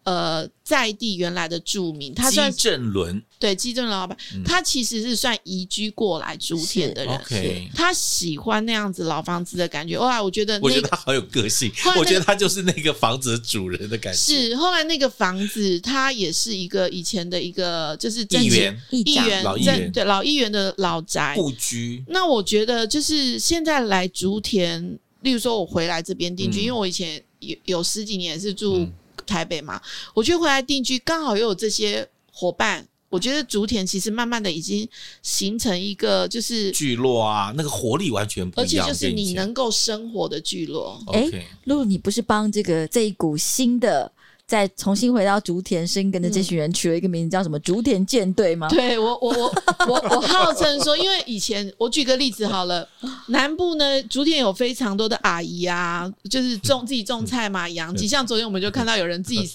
[SPEAKER 3] 呃在地原来的住民，他
[SPEAKER 1] 基
[SPEAKER 3] 算
[SPEAKER 1] 正伦
[SPEAKER 3] 对姬镇老板，
[SPEAKER 1] 嗯
[SPEAKER 3] 他其实是算移居过来竹田的人。
[SPEAKER 1] ，OK，
[SPEAKER 3] 他喜欢那样子老房子的感觉，哇！我觉得
[SPEAKER 1] 我觉
[SPEAKER 3] 那
[SPEAKER 1] 得他好有个性
[SPEAKER 3] 后来那，个
[SPEAKER 1] 我觉得他就是那个房子的主人的感觉，
[SPEAKER 3] 是后来那个房子，它也是一个以前的一个就是政
[SPEAKER 1] 议
[SPEAKER 3] 治
[SPEAKER 1] 员
[SPEAKER 2] 议
[SPEAKER 3] 议
[SPEAKER 2] 长
[SPEAKER 3] 员
[SPEAKER 1] 老议
[SPEAKER 3] 在
[SPEAKER 1] 员
[SPEAKER 3] 对老议员的老宅。
[SPEAKER 1] 故居，
[SPEAKER 3] 那我觉得就是现在来竹田，例如说我回来这边定居，
[SPEAKER 1] 嗯
[SPEAKER 3] 因为我以前有有十几年也是住
[SPEAKER 1] 嗯
[SPEAKER 3] 台北嘛，我觉得回来定居刚好又有这些伙伴。我觉得竹田其实慢慢的已经形成一个，就是
[SPEAKER 1] 聚落啊，那个活力完全不
[SPEAKER 3] 而
[SPEAKER 1] 一
[SPEAKER 3] 且
[SPEAKER 1] 样，
[SPEAKER 3] 就是你能够生活的聚落。
[SPEAKER 1] o
[SPEAKER 2] 哎露露，你不是帮这个这一股新的再重新回到竹田生根的这群人取了一个名字，叫什么竹田舰队吗？
[SPEAKER 3] 嗯对我，我我我我号称说，因为以前我举个例子好了，南部呢，竹田有非常多的阿姨啊，就是种自己种菜嘛，养鸡。像昨天我们就看到有人 自己。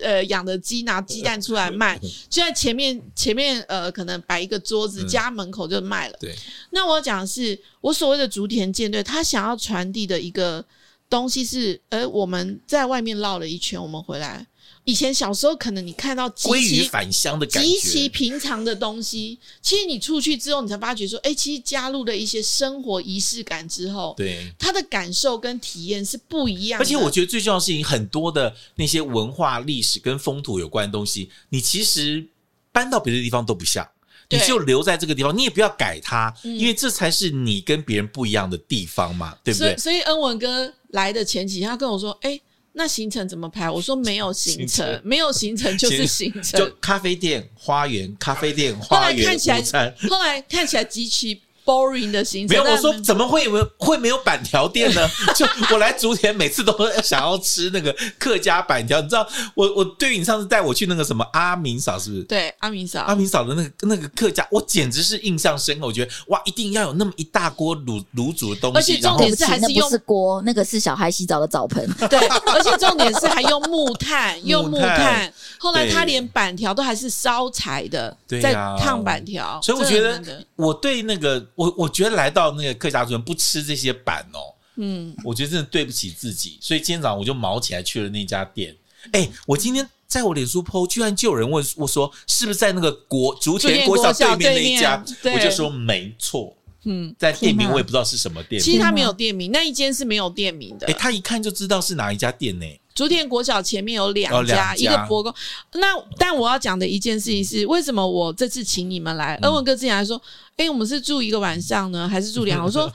[SPEAKER 3] 呃，养的鸡拿鸡蛋出来卖，就在前面前面呃，可能摆一个桌子，
[SPEAKER 1] 嗯
[SPEAKER 3] 家门口就卖了。
[SPEAKER 1] 对，
[SPEAKER 3] 那我要讲的是，我所谓的竹田舰队，他想要传递的一个东西是，呃，我们在外面绕了一圈，我们回来。以前小时候，可能你看到鸡
[SPEAKER 1] 归于
[SPEAKER 3] 鸡
[SPEAKER 1] 返乡的感
[SPEAKER 3] 极其
[SPEAKER 1] 觉，
[SPEAKER 3] 平常的东西，其实你出去之后，你才发觉说，哎、其实加入了一些生活仪式感之后，
[SPEAKER 1] 对。
[SPEAKER 3] 他的感受跟体验是不一样的。
[SPEAKER 1] 而且我觉得最重要的事情，很多的那些文化、历史跟风土有关的东西，你其实搬到别的地方都不像，你
[SPEAKER 3] 对
[SPEAKER 1] 就留在这个地方，你也不要改它，
[SPEAKER 3] 嗯
[SPEAKER 1] 因为这才是你跟别人不一样的地方嘛，对不
[SPEAKER 3] 所
[SPEAKER 1] 对
[SPEAKER 3] 以，？所以恩文哥来的前几天，他跟我说，哎、那行程怎么排？我说没有行
[SPEAKER 1] 行
[SPEAKER 3] 程
[SPEAKER 1] 程，
[SPEAKER 3] 没有行程就是行
[SPEAKER 1] 就
[SPEAKER 3] 程。
[SPEAKER 1] 咖啡店、花园、咖啡店、
[SPEAKER 3] 后
[SPEAKER 1] 花
[SPEAKER 3] 来
[SPEAKER 1] 园
[SPEAKER 3] 看起来
[SPEAKER 1] 午餐。，
[SPEAKER 3] 后来看起来极其 boring 的行
[SPEAKER 1] 没
[SPEAKER 3] 程。
[SPEAKER 1] 有，我
[SPEAKER 3] 但
[SPEAKER 1] 说怎么会有会没有板条店 呢？就我来竹田，每次都想要吃那个客家板条。你知道，我我对于你上次带我去那个什么阿明嫂，是不是？
[SPEAKER 3] 对阿明嫂，
[SPEAKER 1] 阿明嫂的那个那个客家，我简直是印象深刻。我觉得哇，一定要有那么一大锅卤卤煮的东
[SPEAKER 3] 而
[SPEAKER 1] 西，
[SPEAKER 3] 且
[SPEAKER 1] 然
[SPEAKER 3] 重
[SPEAKER 1] 后
[SPEAKER 3] 点
[SPEAKER 2] 对不
[SPEAKER 3] 是
[SPEAKER 2] 起
[SPEAKER 3] 还，
[SPEAKER 2] 那
[SPEAKER 3] 是
[SPEAKER 2] 不
[SPEAKER 3] 用
[SPEAKER 2] 是锅，那个是小孩洗澡的澡盆。
[SPEAKER 3] 对，而且重点是还用木炭，用木炭
[SPEAKER 1] 炭。
[SPEAKER 3] 后来他
[SPEAKER 1] 对
[SPEAKER 3] 连板条都还是烧柴的，
[SPEAKER 1] 对
[SPEAKER 3] 在
[SPEAKER 1] 呀
[SPEAKER 3] 烫板条。
[SPEAKER 1] 所以我
[SPEAKER 3] 这很
[SPEAKER 1] 觉得
[SPEAKER 3] 难得，
[SPEAKER 1] 我对那个我我觉得来到那个客家村不吃这些板哦，
[SPEAKER 3] 嗯，
[SPEAKER 1] 我觉得真的对不起自己，所以今天早上我就毛起来去了那家店。哎、我今天在我脸书 PO，居然就有人问我说，是不是在那个国竹
[SPEAKER 3] 竹
[SPEAKER 1] 田
[SPEAKER 3] 田
[SPEAKER 1] 国
[SPEAKER 3] 国
[SPEAKER 1] 小对
[SPEAKER 3] 小
[SPEAKER 1] 面
[SPEAKER 3] 对
[SPEAKER 1] 那一
[SPEAKER 3] 面
[SPEAKER 1] 家？
[SPEAKER 3] 对
[SPEAKER 1] 我就说没错，
[SPEAKER 3] 嗯，
[SPEAKER 1] 在店名
[SPEAKER 2] 天哪
[SPEAKER 1] 我也不知道是什么店
[SPEAKER 3] 其
[SPEAKER 1] 名。
[SPEAKER 3] 实他没有店名，那一间是没有店名的
[SPEAKER 1] 哎、。他一看就知道是哪一家店呢、
[SPEAKER 3] 竹田国小前面有两
[SPEAKER 1] 哦
[SPEAKER 3] 家，
[SPEAKER 1] 两家
[SPEAKER 3] 一个博工。那但我要讲的一件事情是，为什么我这次请你们
[SPEAKER 1] 嗯
[SPEAKER 3] 来？恩文哥之前还说：“哎、我们是住一个晚上呢，还是住两？” 我说：“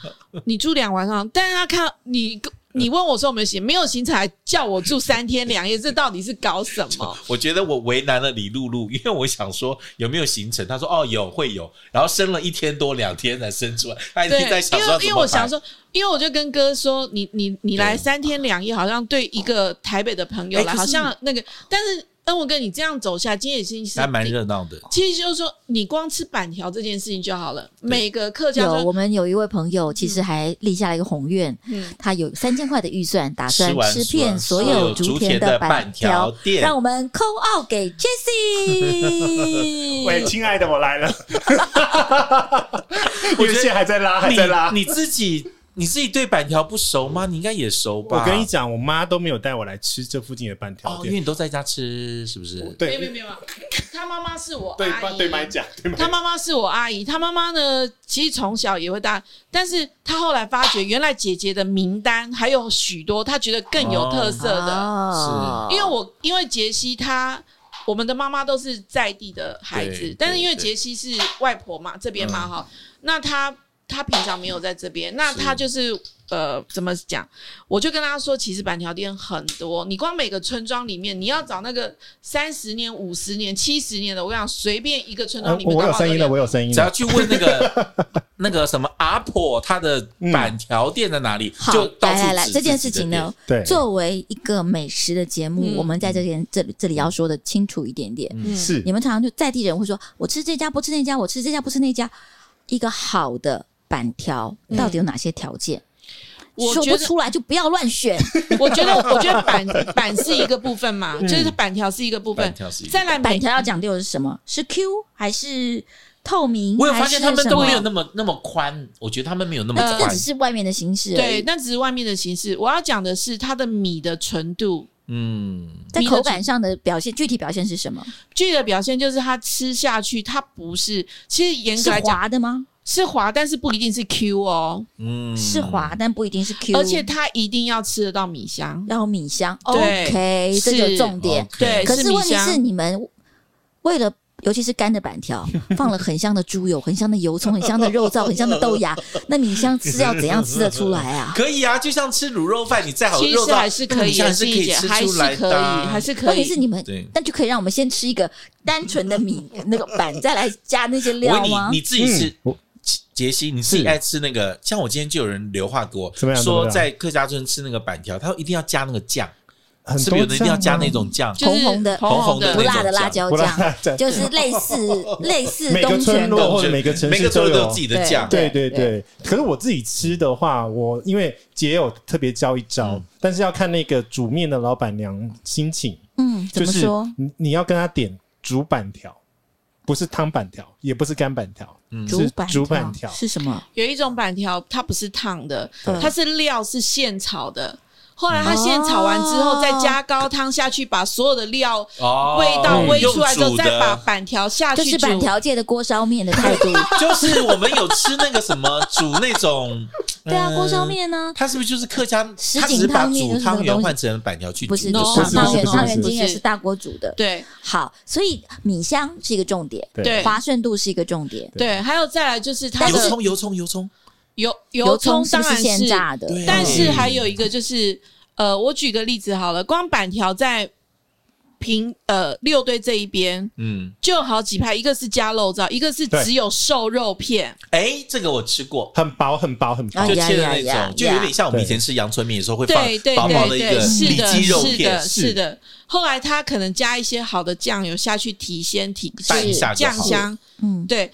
[SPEAKER 3] 你住两晚上。”但是他看你，你问我说有没有行，没有行程，还叫我住三天两夜，这到底是搞什么？
[SPEAKER 1] 我觉得我为难了李露露，因为我想说有没有行程，她说哦有会有，然后生了一天多两天才生出来，她一
[SPEAKER 3] 对
[SPEAKER 1] 直在，想
[SPEAKER 3] 因
[SPEAKER 1] 说
[SPEAKER 3] 为因为我想说，因为我就跟哥说，你你你来三天两夜，好像对一个台北的朋友
[SPEAKER 1] 哎
[SPEAKER 3] 来，
[SPEAKER 1] 可是
[SPEAKER 3] 好像那个，但是恩文哥，你这样走下，今天已经是
[SPEAKER 1] 还蛮
[SPEAKER 3] 第
[SPEAKER 1] 热闹的，
[SPEAKER 3] 其实就是说，你光吃板条这件事情就好了。每个客家
[SPEAKER 2] 有，
[SPEAKER 3] 村
[SPEAKER 2] 我们有一位朋友，其实还立下了一个宏愿，
[SPEAKER 3] 嗯
[SPEAKER 2] 他有三千块的预算，打
[SPEAKER 1] 吃
[SPEAKER 2] 算
[SPEAKER 1] 完
[SPEAKER 2] 吃遍所有
[SPEAKER 1] 竹
[SPEAKER 2] 竹
[SPEAKER 1] 田
[SPEAKER 2] 田
[SPEAKER 1] 的
[SPEAKER 2] 的
[SPEAKER 1] 板
[SPEAKER 2] 板
[SPEAKER 1] 条
[SPEAKER 2] 条。
[SPEAKER 1] 店，
[SPEAKER 2] 让我们扣二给 Jesse。
[SPEAKER 4] 喂，亲爱的，我来了，
[SPEAKER 1] 我
[SPEAKER 4] 月
[SPEAKER 1] 觉得
[SPEAKER 4] 线还在拉，还在拉
[SPEAKER 1] 你。你自己你自己对板条不熟吗？你应该也熟吧？
[SPEAKER 4] 我跟你讲，我妈都没有带我来吃这附近的半条
[SPEAKER 1] 哦，因为
[SPEAKER 4] 店。
[SPEAKER 1] 你都在家吃，是不是？
[SPEAKER 3] 没有没有
[SPEAKER 4] 对
[SPEAKER 3] 没有，他妈妈是我
[SPEAKER 4] 对
[SPEAKER 3] 阿姨，
[SPEAKER 4] 对，买讲，对买
[SPEAKER 3] 他妈妈是我阿姨，他妈妈呢，其实从小也会带，但是他后来发觉，原来姐姐的名单还有许多，他觉得更有特色的。
[SPEAKER 2] 哦
[SPEAKER 3] 因为我因为杰西她，我们的妈妈都是在地的孩
[SPEAKER 1] 对
[SPEAKER 3] 子，但是因为
[SPEAKER 1] 对
[SPEAKER 3] 杰西是外婆嘛，这边嘛
[SPEAKER 1] 嗯
[SPEAKER 3] 哈，那她她平常没有在这边，那
[SPEAKER 1] 是
[SPEAKER 3] 她就是呃怎么讲？我就跟她说，其实板条店很多，你光每个村庄里面，你要找那个三十年、五十年、七十年的，我跟你讲随便一个村
[SPEAKER 1] 呃
[SPEAKER 3] 庄里面，
[SPEAKER 4] 我
[SPEAKER 3] 搞
[SPEAKER 4] 有
[SPEAKER 3] 不好
[SPEAKER 4] 声
[SPEAKER 3] 都
[SPEAKER 4] 音
[SPEAKER 3] 有
[SPEAKER 4] 了，我有声音
[SPEAKER 1] 只要
[SPEAKER 4] 了。
[SPEAKER 1] 去问那 个那个什么阿婆，她的板条店在哪里？
[SPEAKER 2] 嗯好
[SPEAKER 1] 就，到
[SPEAKER 2] 来
[SPEAKER 1] 处
[SPEAKER 2] 来来，
[SPEAKER 1] 指
[SPEAKER 2] 这件
[SPEAKER 1] 自
[SPEAKER 2] 事
[SPEAKER 1] 己的
[SPEAKER 2] 情
[SPEAKER 1] 店
[SPEAKER 2] 呢，，嗯
[SPEAKER 4] 对，
[SPEAKER 2] 作为一个美食的节目，
[SPEAKER 3] 嗯
[SPEAKER 2] 我们在这边这里这里要说的清楚一点点。
[SPEAKER 3] 嗯
[SPEAKER 4] 是
[SPEAKER 2] 你们常常就在地人会说，我吃这家不吃那家，我吃这家不吃那家。一个好的板条
[SPEAKER 3] 嗯
[SPEAKER 2] 到底有哪些条件？
[SPEAKER 3] 我
[SPEAKER 2] 说
[SPEAKER 3] 觉
[SPEAKER 2] 不
[SPEAKER 3] 得
[SPEAKER 2] 出来就不要乱选。
[SPEAKER 3] 我觉得我觉得板板是一个部分嘛，就是板条是一个部
[SPEAKER 1] 嗯
[SPEAKER 3] 分
[SPEAKER 1] 板，条是一个
[SPEAKER 3] 再来每
[SPEAKER 2] 板条要讲究的是什么？是 Q 还是透明？
[SPEAKER 1] 我有发现他们都没有那
[SPEAKER 2] 么。
[SPEAKER 1] 么那么宽，我觉得他们没有那么
[SPEAKER 3] 呃
[SPEAKER 2] 这
[SPEAKER 1] 宽
[SPEAKER 2] 只。是外面的形式而
[SPEAKER 3] 对，
[SPEAKER 2] 已，
[SPEAKER 3] 那只是外面的形式。我要讲的是它的米的纯度，
[SPEAKER 1] 嗯，
[SPEAKER 2] 在口感上的表现，具体表现是什么？
[SPEAKER 3] 具体的表现就是它吃下去，它不是，其实严
[SPEAKER 2] 是
[SPEAKER 3] 格来讲
[SPEAKER 2] 滑的吗？
[SPEAKER 3] 是滑，但是不一定是 Q 哦，
[SPEAKER 1] 嗯，
[SPEAKER 2] 是滑，但不一定是 Q，
[SPEAKER 3] 而且它一定要吃得到米香。
[SPEAKER 2] 要有米香。
[SPEAKER 3] 对
[SPEAKER 2] OK，这
[SPEAKER 3] 是
[SPEAKER 2] 就是重点。
[SPEAKER 1] OK
[SPEAKER 3] 对，
[SPEAKER 2] 可是
[SPEAKER 3] 米
[SPEAKER 2] 问题
[SPEAKER 3] 香。
[SPEAKER 2] 是，你们为了尤其是干的板条，放了很香的猪油、很香的油葱、很香的肉燥、很香的豆芽，那米香吃要怎样吃得出来啊？
[SPEAKER 1] 可以啊，就像吃卤肉饭，你再好的
[SPEAKER 3] 其
[SPEAKER 1] 肉
[SPEAKER 3] 实
[SPEAKER 1] 燥
[SPEAKER 3] 还是可
[SPEAKER 1] 你
[SPEAKER 3] 以
[SPEAKER 1] 像
[SPEAKER 3] 的，
[SPEAKER 1] 是可
[SPEAKER 3] 欣怡
[SPEAKER 1] 以
[SPEAKER 3] 姐
[SPEAKER 1] 吃
[SPEAKER 3] 还
[SPEAKER 1] 出
[SPEAKER 3] 是
[SPEAKER 1] 来
[SPEAKER 3] 可
[SPEAKER 1] 的啊，
[SPEAKER 3] 以，还是可
[SPEAKER 2] 问题
[SPEAKER 3] 以。
[SPEAKER 2] 是你们
[SPEAKER 1] 对，
[SPEAKER 2] 那就可以让我们先吃一个单纯的 米那个板，再来加那些
[SPEAKER 1] 我
[SPEAKER 2] 料
[SPEAKER 1] 问你
[SPEAKER 2] 吗，？
[SPEAKER 1] 你自己吃，
[SPEAKER 4] 嗯我
[SPEAKER 1] 杰西，你自己
[SPEAKER 4] 是
[SPEAKER 1] 爱吃那个？像我今天就有人留话给我，
[SPEAKER 4] 怎么样怎么
[SPEAKER 1] 说
[SPEAKER 4] 样
[SPEAKER 1] 在客家村吃那个板条，他说一定要加那个酱，
[SPEAKER 4] 很
[SPEAKER 1] 是不
[SPEAKER 4] 多
[SPEAKER 1] 是有人一定要
[SPEAKER 4] 酱
[SPEAKER 1] 加
[SPEAKER 4] 啊
[SPEAKER 1] 那种酱？
[SPEAKER 3] 就是
[SPEAKER 2] 红红的
[SPEAKER 3] 红红
[SPEAKER 1] 红
[SPEAKER 2] 不
[SPEAKER 1] 红
[SPEAKER 2] 辣的
[SPEAKER 1] 那种
[SPEAKER 2] 辣椒
[SPEAKER 4] 不辣
[SPEAKER 2] 酱，
[SPEAKER 4] 酱
[SPEAKER 2] 就是类似 类似
[SPEAKER 4] 每个
[SPEAKER 2] 东
[SPEAKER 4] 村
[SPEAKER 2] 泉
[SPEAKER 4] 落
[SPEAKER 2] 的
[SPEAKER 4] 啊或者每个城市
[SPEAKER 1] 每个
[SPEAKER 4] 都
[SPEAKER 1] 村落都
[SPEAKER 4] 有
[SPEAKER 1] 有自己的
[SPEAKER 2] 对
[SPEAKER 1] 酱。
[SPEAKER 4] 对对
[SPEAKER 2] 对
[SPEAKER 4] 对，可是我自己吃的话，我因为姐有特别教一招，
[SPEAKER 1] 嗯
[SPEAKER 4] 但是要看那个煮面的老板娘心情，
[SPEAKER 2] 嗯，怎
[SPEAKER 4] 就
[SPEAKER 2] 么
[SPEAKER 4] 是
[SPEAKER 2] 说？
[SPEAKER 4] 你你要跟她点煮板条，不是汤板条，也不是干板条，
[SPEAKER 1] 嗯
[SPEAKER 4] 是
[SPEAKER 2] 板
[SPEAKER 4] 竹板条
[SPEAKER 2] 是什么？
[SPEAKER 3] 有一种板条，它不是烫的，
[SPEAKER 2] 对
[SPEAKER 3] 它是料是现炒的。后来它现炒完之后，
[SPEAKER 2] 哦
[SPEAKER 3] 再加高汤下去，把所有的料
[SPEAKER 1] 哦
[SPEAKER 3] 味道煨出来之后，
[SPEAKER 1] 用煮的
[SPEAKER 3] 再把板条下
[SPEAKER 2] 就
[SPEAKER 3] 去
[SPEAKER 2] 是
[SPEAKER 3] 煮
[SPEAKER 2] 板。条界的锅烧面的态 度。
[SPEAKER 1] 就是我们有吃那个什么煮那种，
[SPEAKER 2] 对啊，
[SPEAKER 1] 嗯
[SPEAKER 2] 锅烧。面呢？
[SPEAKER 1] 它是不是就是客家？
[SPEAKER 2] 什
[SPEAKER 1] 它只是
[SPEAKER 2] 锦
[SPEAKER 1] 把
[SPEAKER 2] 汤面
[SPEAKER 1] 煮
[SPEAKER 2] 就是那
[SPEAKER 1] 汤
[SPEAKER 2] 种
[SPEAKER 1] 圆
[SPEAKER 2] 东西
[SPEAKER 1] 换成板条去煮，
[SPEAKER 2] 不是，
[SPEAKER 3] No，
[SPEAKER 2] 汤
[SPEAKER 3] 不是
[SPEAKER 2] 汤圆
[SPEAKER 4] 不是
[SPEAKER 2] 汤圆
[SPEAKER 4] 不是
[SPEAKER 2] 精也
[SPEAKER 3] 不
[SPEAKER 2] 是
[SPEAKER 3] 是
[SPEAKER 2] 大锅煮的。
[SPEAKER 3] 对
[SPEAKER 2] 好，所以米香是一个重点，
[SPEAKER 3] 对
[SPEAKER 2] 滑顺度是一个重点，
[SPEAKER 3] 对，还有再来就是它
[SPEAKER 1] 油
[SPEAKER 3] 的
[SPEAKER 1] 葱油葱油葱，
[SPEAKER 3] 油
[SPEAKER 2] 油
[SPEAKER 3] 葱
[SPEAKER 2] 是
[SPEAKER 3] 当
[SPEAKER 2] 不是
[SPEAKER 3] 然
[SPEAKER 2] 现
[SPEAKER 3] 是，
[SPEAKER 2] 榨的？
[SPEAKER 1] 对
[SPEAKER 3] 但是
[SPEAKER 1] 嗯
[SPEAKER 3] 还有一个就是呃，我举个例子好了，光板条在平呃六堆这一边
[SPEAKER 1] 嗯，
[SPEAKER 3] 就有好几派，一个是加肉燥，一个是
[SPEAKER 4] 对
[SPEAKER 3] 只有瘦肉片，
[SPEAKER 1] 哎，这个我吃过。
[SPEAKER 4] 很薄很薄很薄
[SPEAKER 3] 哦
[SPEAKER 2] 啊
[SPEAKER 1] 就，切的
[SPEAKER 2] 呀
[SPEAKER 1] 那
[SPEAKER 2] 呀呀
[SPEAKER 1] 种，就有点像我们
[SPEAKER 4] 对
[SPEAKER 1] 以前吃阳春面的时候会放
[SPEAKER 3] 对对
[SPEAKER 1] 薄薄的
[SPEAKER 3] 对
[SPEAKER 1] 一个
[SPEAKER 3] 对，是
[SPEAKER 1] 里
[SPEAKER 3] 的，
[SPEAKER 1] 脊肉
[SPEAKER 3] 是
[SPEAKER 1] 片
[SPEAKER 3] 的，，是的。后来他可能加一些好的酱油下去提鲜提
[SPEAKER 1] 拌一下就
[SPEAKER 3] 酱
[SPEAKER 1] 好了
[SPEAKER 3] 香，
[SPEAKER 2] 嗯，
[SPEAKER 3] 对，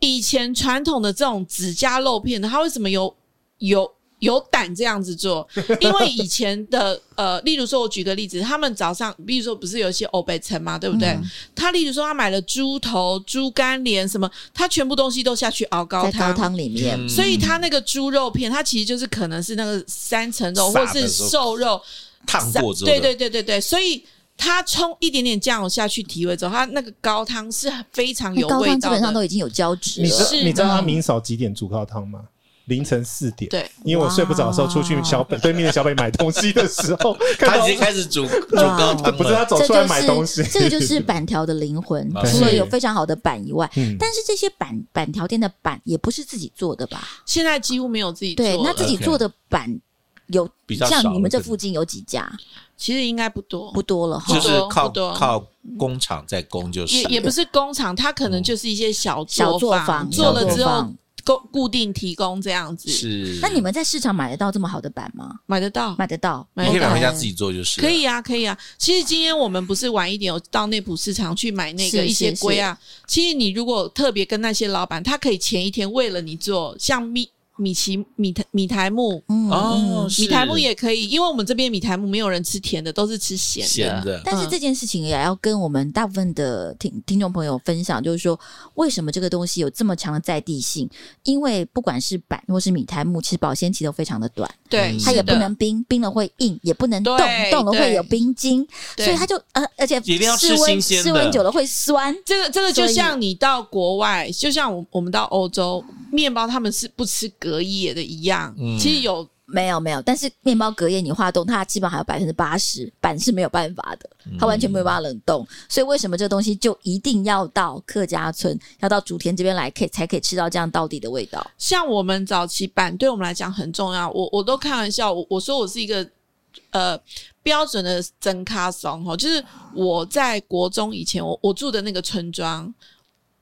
[SPEAKER 3] 以前传统的这种只加肉片的，它为什么有有有胆这样子做？因为以前的呃，例如说，我举个例子，他们早上，例如说，不是有一些欧北城嘛，对不对？他例如说，他买了猪头、猪肝连什么，他全部东西都下去熬高
[SPEAKER 2] 在高
[SPEAKER 3] 汤。
[SPEAKER 2] 汤里面，
[SPEAKER 1] 嗯
[SPEAKER 3] 所以他那个猪肉片，它其实就是可能是那个三层肉
[SPEAKER 1] 撒
[SPEAKER 3] 或
[SPEAKER 1] 的
[SPEAKER 3] 是
[SPEAKER 1] 时候
[SPEAKER 3] 瘦肉，
[SPEAKER 1] 烫过之后
[SPEAKER 3] 对
[SPEAKER 1] 的，
[SPEAKER 3] 对对对对，所以它冲一点点酱油下去提味之后，它那个高汤是非常
[SPEAKER 2] 那
[SPEAKER 3] 有
[SPEAKER 2] 哎高
[SPEAKER 3] 味
[SPEAKER 2] 汤基
[SPEAKER 3] 道的。
[SPEAKER 2] 本上都已经有胶质
[SPEAKER 4] 你知道
[SPEAKER 2] 了，
[SPEAKER 3] 是
[SPEAKER 4] 你知道
[SPEAKER 3] 的
[SPEAKER 4] 他明嫂几点煮高汤吗？凌晨四点。
[SPEAKER 3] 对，
[SPEAKER 4] 因为我睡不着的时候，出去小北对面的小北买东西的时候，看
[SPEAKER 1] 他
[SPEAKER 4] 到啊
[SPEAKER 1] 已经开始煮煮高汤了，
[SPEAKER 4] 不是他走
[SPEAKER 2] 这
[SPEAKER 4] 出来买东
[SPEAKER 2] 就
[SPEAKER 4] 西
[SPEAKER 2] 是，这个就是板条的灵 魂
[SPEAKER 1] 对，
[SPEAKER 2] 除了有非常好的板以外，
[SPEAKER 4] 嗯，
[SPEAKER 2] 但是这些板板条店的板也不是自己做的吧？
[SPEAKER 3] 现在几乎没有自己做
[SPEAKER 2] 对，那
[SPEAKER 3] 了，
[SPEAKER 2] 自己做的板有
[SPEAKER 1] 比较少
[SPEAKER 2] 像你们这
[SPEAKER 1] 了
[SPEAKER 2] 附近有几家？
[SPEAKER 3] 其实应该不多，
[SPEAKER 2] 不多了
[SPEAKER 1] 就
[SPEAKER 2] 哈
[SPEAKER 3] 不。
[SPEAKER 1] 是
[SPEAKER 3] 多
[SPEAKER 1] 靠
[SPEAKER 3] 不多
[SPEAKER 1] 靠工厂在工就是
[SPEAKER 3] 也
[SPEAKER 1] 了，
[SPEAKER 3] 也不是工厂，它可
[SPEAKER 1] 嗯
[SPEAKER 3] 能就是一些小
[SPEAKER 2] 小作
[SPEAKER 3] 坊，
[SPEAKER 2] 坊
[SPEAKER 3] 做了
[SPEAKER 2] 小作
[SPEAKER 3] 之后
[SPEAKER 2] 坊
[SPEAKER 3] 固固定提供这样子，
[SPEAKER 1] 是。
[SPEAKER 2] 那你们在市场买得到这么好的板吗？
[SPEAKER 3] 买得到。
[SPEAKER 2] 买得到，
[SPEAKER 3] 买
[SPEAKER 1] 你
[SPEAKER 3] 得
[SPEAKER 1] 可以买
[SPEAKER 3] 到
[SPEAKER 1] 回家自己做就是了，
[SPEAKER 3] 可以啊，可以啊。其实今天我们不是晚一点有到内埔市场去买那个
[SPEAKER 2] 是
[SPEAKER 3] 一些
[SPEAKER 2] 是
[SPEAKER 3] 龟啊。其实你如果特别跟那些老板，他可以前一天为了你做，像米米奇米台米台木，
[SPEAKER 2] 嗯
[SPEAKER 1] 哦
[SPEAKER 2] 嗯，
[SPEAKER 1] 是
[SPEAKER 3] 米台木也可以，因为我们这边米台木没有人吃甜的，都是吃咸
[SPEAKER 1] 咸的，
[SPEAKER 2] 但是这件事情也要跟我们大部分的听听众朋友分享，就是说为什么这个东西有这么强的在地性？因为不管是板或是米苔木，其实保鲜期都非常的短，
[SPEAKER 3] 对
[SPEAKER 1] 嗯，
[SPEAKER 2] 它也
[SPEAKER 3] 是的
[SPEAKER 2] 不能冰，冰了会硬，也不能冻
[SPEAKER 3] 对，
[SPEAKER 2] 冻了会有
[SPEAKER 3] 对
[SPEAKER 2] 冰晶，
[SPEAKER 3] 对
[SPEAKER 2] 所以它就呃，而且
[SPEAKER 1] 一定要吃
[SPEAKER 2] 室温
[SPEAKER 1] 新鲜的
[SPEAKER 2] 室温久了会酸。
[SPEAKER 3] 这个这个就
[SPEAKER 2] 所以
[SPEAKER 3] 像你到国外，就像我我们到欧洲，面包他们是不吃隔夜的一样。
[SPEAKER 1] 嗯
[SPEAKER 3] 其实有
[SPEAKER 2] 没有没有，但是面包隔夜你化冻，它基本上还有百分之八十板是没有办法的，
[SPEAKER 1] 嗯
[SPEAKER 2] 它完全没有办法冷冻。所以为什么这东西就一定要到客家村，要到竹田这边来，可以才可以吃到这样到底的味道？
[SPEAKER 3] 像我们早期版对我们来讲很重要，我我都开玩笑，我我说我是一个呃标准的真咖松哈，就是我在国中以前，我我住的那个村庄，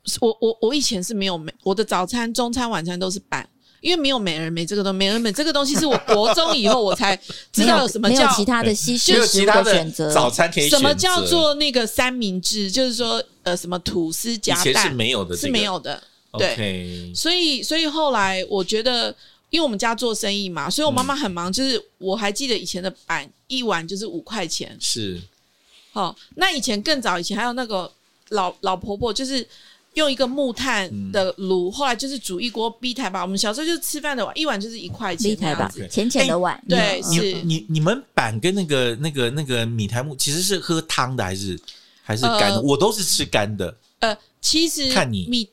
[SPEAKER 3] 是我我我以前是没有美，我的早餐、中餐、晚餐都是板。因为没有美人美这个东美人美这个东西是我国中以后我才知道有什么
[SPEAKER 2] 没有
[SPEAKER 3] 叫
[SPEAKER 2] 没有其他的西
[SPEAKER 1] 没
[SPEAKER 2] 式
[SPEAKER 1] 有
[SPEAKER 2] 食
[SPEAKER 1] 其
[SPEAKER 2] 物
[SPEAKER 1] 他
[SPEAKER 2] 选择，
[SPEAKER 1] 早餐可以选择
[SPEAKER 3] 什么叫做那个三明治？就是说，呃，什么吐司
[SPEAKER 1] 以
[SPEAKER 3] 夹
[SPEAKER 1] 前是
[SPEAKER 3] 蛋
[SPEAKER 1] 没有的，
[SPEAKER 3] 是没有的。
[SPEAKER 1] 这个
[SPEAKER 3] 对
[SPEAKER 1] OK
[SPEAKER 3] 所以，所以后来我觉得，因为我们家做生意嘛，所以我妈妈很
[SPEAKER 1] 嗯
[SPEAKER 3] 忙。就是我还记得以前的板一碗就是五块钱。
[SPEAKER 1] 是
[SPEAKER 3] 哦，那以前更早以前还有那个老老婆婆，就是用一个木炭的
[SPEAKER 1] 嗯
[SPEAKER 3] 炉，后来就是煮一锅 B 台吧。我们小时候就是吃饭的碗，一碗就是一块钱
[SPEAKER 2] 立台
[SPEAKER 3] 那样
[SPEAKER 2] 吧
[SPEAKER 3] 子。
[SPEAKER 1] 子，
[SPEAKER 2] 浅浅的碗，
[SPEAKER 3] 哎对
[SPEAKER 2] 嗯
[SPEAKER 1] 你
[SPEAKER 3] 是
[SPEAKER 1] 你你们板跟那个那个那个米苔木其实是喝汤的还是还是干的？
[SPEAKER 3] 呃
[SPEAKER 1] 我都是吃干的
[SPEAKER 3] 呃，其实
[SPEAKER 1] 看你
[SPEAKER 3] 米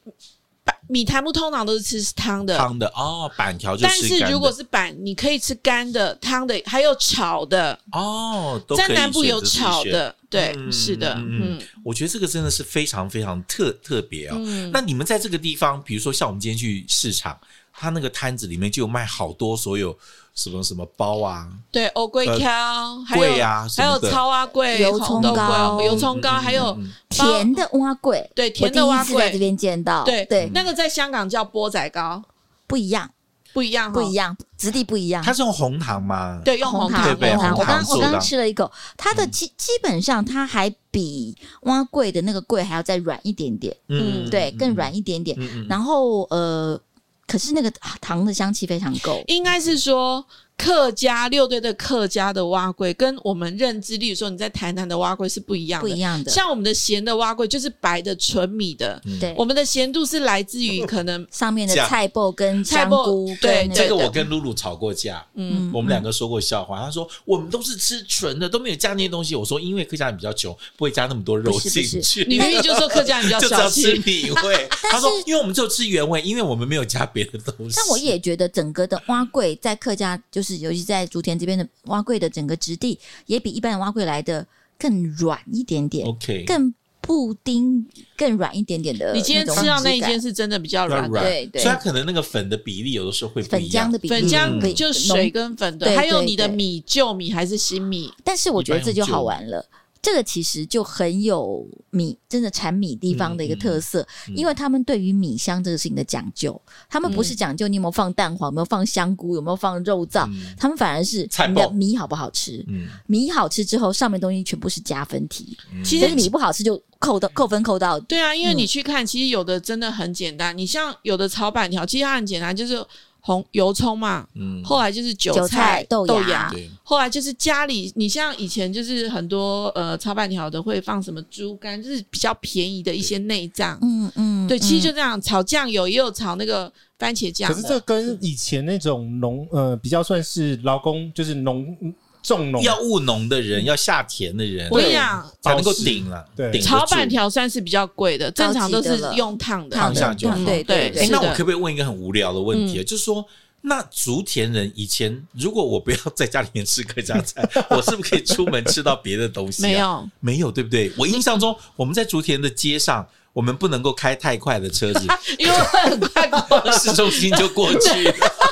[SPEAKER 3] 板米苔木通常都是吃汤的，
[SPEAKER 1] 汤的哦，板条就
[SPEAKER 3] 但
[SPEAKER 1] 吃干
[SPEAKER 3] 是
[SPEAKER 1] 的。
[SPEAKER 3] 如果是板，你可以吃干的、汤的，还有炒的。
[SPEAKER 1] 哦，都可以
[SPEAKER 3] 在南部
[SPEAKER 1] 选择
[SPEAKER 3] 有
[SPEAKER 1] 自己
[SPEAKER 3] 炒
[SPEAKER 1] 选。
[SPEAKER 3] 的，对，
[SPEAKER 1] 嗯
[SPEAKER 3] 是的，
[SPEAKER 1] 嗯
[SPEAKER 3] 嗯
[SPEAKER 1] 我觉得这个真的是非常非常特特别哦。
[SPEAKER 3] 嗯，
[SPEAKER 1] 那你们在这个地方，比如说像我们今天去市场，他那个摊子里面就有卖好多所有什么什么包啊，
[SPEAKER 3] 对，欧龟条，还
[SPEAKER 1] 贵
[SPEAKER 3] 有
[SPEAKER 1] 啊什
[SPEAKER 3] 还
[SPEAKER 1] 么
[SPEAKER 3] 有
[SPEAKER 1] 的
[SPEAKER 3] 超蛙桂、
[SPEAKER 2] 油
[SPEAKER 3] 红
[SPEAKER 2] 葱
[SPEAKER 3] 豆
[SPEAKER 2] 糕哦
[SPEAKER 3] 桂油葱糕，还有
[SPEAKER 1] 嗯
[SPEAKER 3] 包
[SPEAKER 2] 甜的蛙桂，
[SPEAKER 3] 对甜的
[SPEAKER 2] 我
[SPEAKER 3] 蛙
[SPEAKER 2] 第一次在这
[SPEAKER 3] 桂，
[SPEAKER 2] 边见到，
[SPEAKER 3] 对
[SPEAKER 2] 对，
[SPEAKER 3] 那个在香港叫钵仔糕，
[SPEAKER 2] 不一样，
[SPEAKER 3] 不一样，
[SPEAKER 2] 不一
[SPEAKER 3] 样，
[SPEAKER 2] 样，质地不一样
[SPEAKER 1] 哦它。是用红糖吗？，
[SPEAKER 3] 对，用红
[SPEAKER 1] 对
[SPEAKER 2] 糖，红
[SPEAKER 1] 不对
[SPEAKER 2] 糖，
[SPEAKER 1] 红
[SPEAKER 2] 我
[SPEAKER 1] 糖
[SPEAKER 2] 刚
[SPEAKER 1] 做
[SPEAKER 2] 我
[SPEAKER 1] 的啊嗯
[SPEAKER 2] 刚刚吃了一口，它的基基本上它还比蛙桂的那个桂还要再软一点点，
[SPEAKER 3] 嗯
[SPEAKER 2] 对，更软一点点。
[SPEAKER 1] 嗯。嗯嗯，
[SPEAKER 2] 然后呃，可是那个糖的香气非常够，
[SPEAKER 3] 应该是说。客家六队的客家的蛙桂跟我们认知，例如说你在台南的蛙桂是不一样
[SPEAKER 2] 不
[SPEAKER 3] 的
[SPEAKER 2] 一，样的，
[SPEAKER 3] 像我们的咸的蛙桂就是白的纯米的，
[SPEAKER 2] 对
[SPEAKER 3] 我，们的咸度是来自于可能
[SPEAKER 2] 上面的
[SPEAKER 1] 酱
[SPEAKER 2] 菜脯跟
[SPEAKER 3] 菜
[SPEAKER 2] 香
[SPEAKER 3] 脯
[SPEAKER 2] 菇跟
[SPEAKER 3] 对
[SPEAKER 2] 那
[SPEAKER 1] 这个
[SPEAKER 3] 对
[SPEAKER 1] 我跟露露吵过架，
[SPEAKER 3] 嗯
[SPEAKER 1] 我们两个说过笑话。他说我们都是吃纯的，都没有加那些东西。我说因为客家人比较穷，不会加那么多肉
[SPEAKER 2] 不是不是
[SPEAKER 1] 进去。
[SPEAKER 3] 女玉就说客家人比较
[SPEAKER 1] 就只要
[SPEAKER 3] 小
[SPEAKER 1] 吃
[SPEAKER 3] 气，
[SPEAKER 1] 米味。他说，因为我们就吃原味，因为我们没有加别的东西。
[SPEAKER 2] 但我也觉得整个的蛙柜在客家，就是尤其在竹田这边的蛙柜的整个质地，也比一般的蛙柜来的更软一点点，
[SPEAKER 1] OK，
[SPEAKER 2] 更布丁更软一点点的种
[SPEAKER 3] 你
[SPEAKER 2] 质
[SPEAKER 3] 今
[SPEAKER 2] 感。
[SPEAKER 3] 天吃到那一件是真的比较
[SPEAKER 1] 要
[SPEAKER 3] 软的
[SPEAKER 1] 软，
[SPEAKER 2] 对对
[SPEAKER 1] 所以它可能那个粉的比例有的时候会不
[SPEAKER 2] 粉
[SPEAKER 1] 一
[SPEAKER 2] 浆
[SPEAKER 1] 样
[SPEAKER 2] 的。比例
[SPEAKER 3] 粉
[SPEAKER 1] 嗯
[SPEAKER 2] 比
[SPEAKER 3] 浆就水
[SPEAKER 2] 浓
[SPEAKER 3] 跟粉的，
[SPEAKER 2] 对
[SPEAKER 3] 还有
[SPEAKER 2] 对
[SPEAKER 3] 你的
[SPEAKER 2] 对
[SPEAKER 3] 米旧米还是新米，
[SPEAKER 2] 但是我觉得这就好玩了。这个其实就很有米，真的产米地方的一个特色，
[SPEAKER 1] 嗯嗯嗯
[SPEAKER 2] 因为他们对于米香这个事情的讲究，他们不是讲究你有没有放蛋黄，有没有放香菇，有没有放肉燥，
[SPEAKER 1] 嗯
[SPEAKER 2] 他们反而是
[SPEAKER 1] 菜
[SPEAKER 2] 你
[SPEAKER 1] 爆
[SPEAKER 2] 的米好不好吃，
[SPEAKER 1] 嗯，
[SPEAKER 2] 米好吃之后，上面东西全部是加分题，
[SPEAKER 1] 嗯
[SPEAKER 3] 其
[SPEAKER 2] 但是
[SPEAKER 3] 实
[SPEAKER 2] 米不好吃就扣到扣分扣到
[SPEAKER 3] 对啊，因为
[SPEAKER 2] 嗯
[SPEAKER 3] 你去看，其实有的真的很简单。你像有的炒板条，其实它很简单，就是红油葱嘛，
[SPEAKER 1] 嗯
[SPEAKER 3] 后来就是韭
[SPEAKER 2] 韭菜
[SPEAKER 3] 豆
[SPEAKER 2] 豆
[SPEAKER 3] 芽，
[SPEAKER 2] 芽
[SPEAKER 1] 对，
[SPEAKER 3] 后来就是家里，你像以前就是很多呃炒板条的会放什么猪肝，就是比较便宜的一些内脏。
[SPEAKER 2] 嗯嗯，
[SPEAKER 3] 对，其实就
[SPEAKER 2] 嗯
[SPEAKER 3] 这样，炒酱油也有炒那个番茄酱的。
[SPEAKER 4] 可是这跟以前那种农呃比较算是劳工，就是农重农，
[SPEAKER 1] 要务农的人，要下田的人
[SPEAKER 3] 我，跟你讲，
[SPEAKER 1] 才能够顶了，
[SPEAKER 4] 对
[SPEAKER 1] 顶得
[SPEAKER 3] 炒板
[SPEAKER 1] 住
[SPEAKER 3] 条算是比较贵的，正常都
[SPEAKER 2] 高
[SPEAKER 3] 是
[SPEAKER 2] 级的了
[SPEAKER 3] 用烫的。
[SPEAKER 1] 烫一下
[SPEAKER 2] 嗯
[SPEAKER 1] 就好。
[SPEAKER 2] 对对嗯
[SPEAKER 3] 对
[SPEAKER 1] 哎那
[SPEAKER 2] 对，
[SPEAKER 3] 是
[SPEAKER 1] 我
[SPEAKER 3] 的
[SPEAKER 1] 可不可以问一个很无聊的问题？啊就是说，那竹田人以前如果我不要在家里面吃客家 菜，我是不是可以出门吃到别的东西？啊
[SPEAKER 3] 没，有，
[SPEAKER 1] 没有，对不对？我印象中，我们在竹田的街上，我们不能够开太快的车子，
[SPEAKER 3] 因为我很快过 了。
[SPEAKER 1] 市中心就 过去。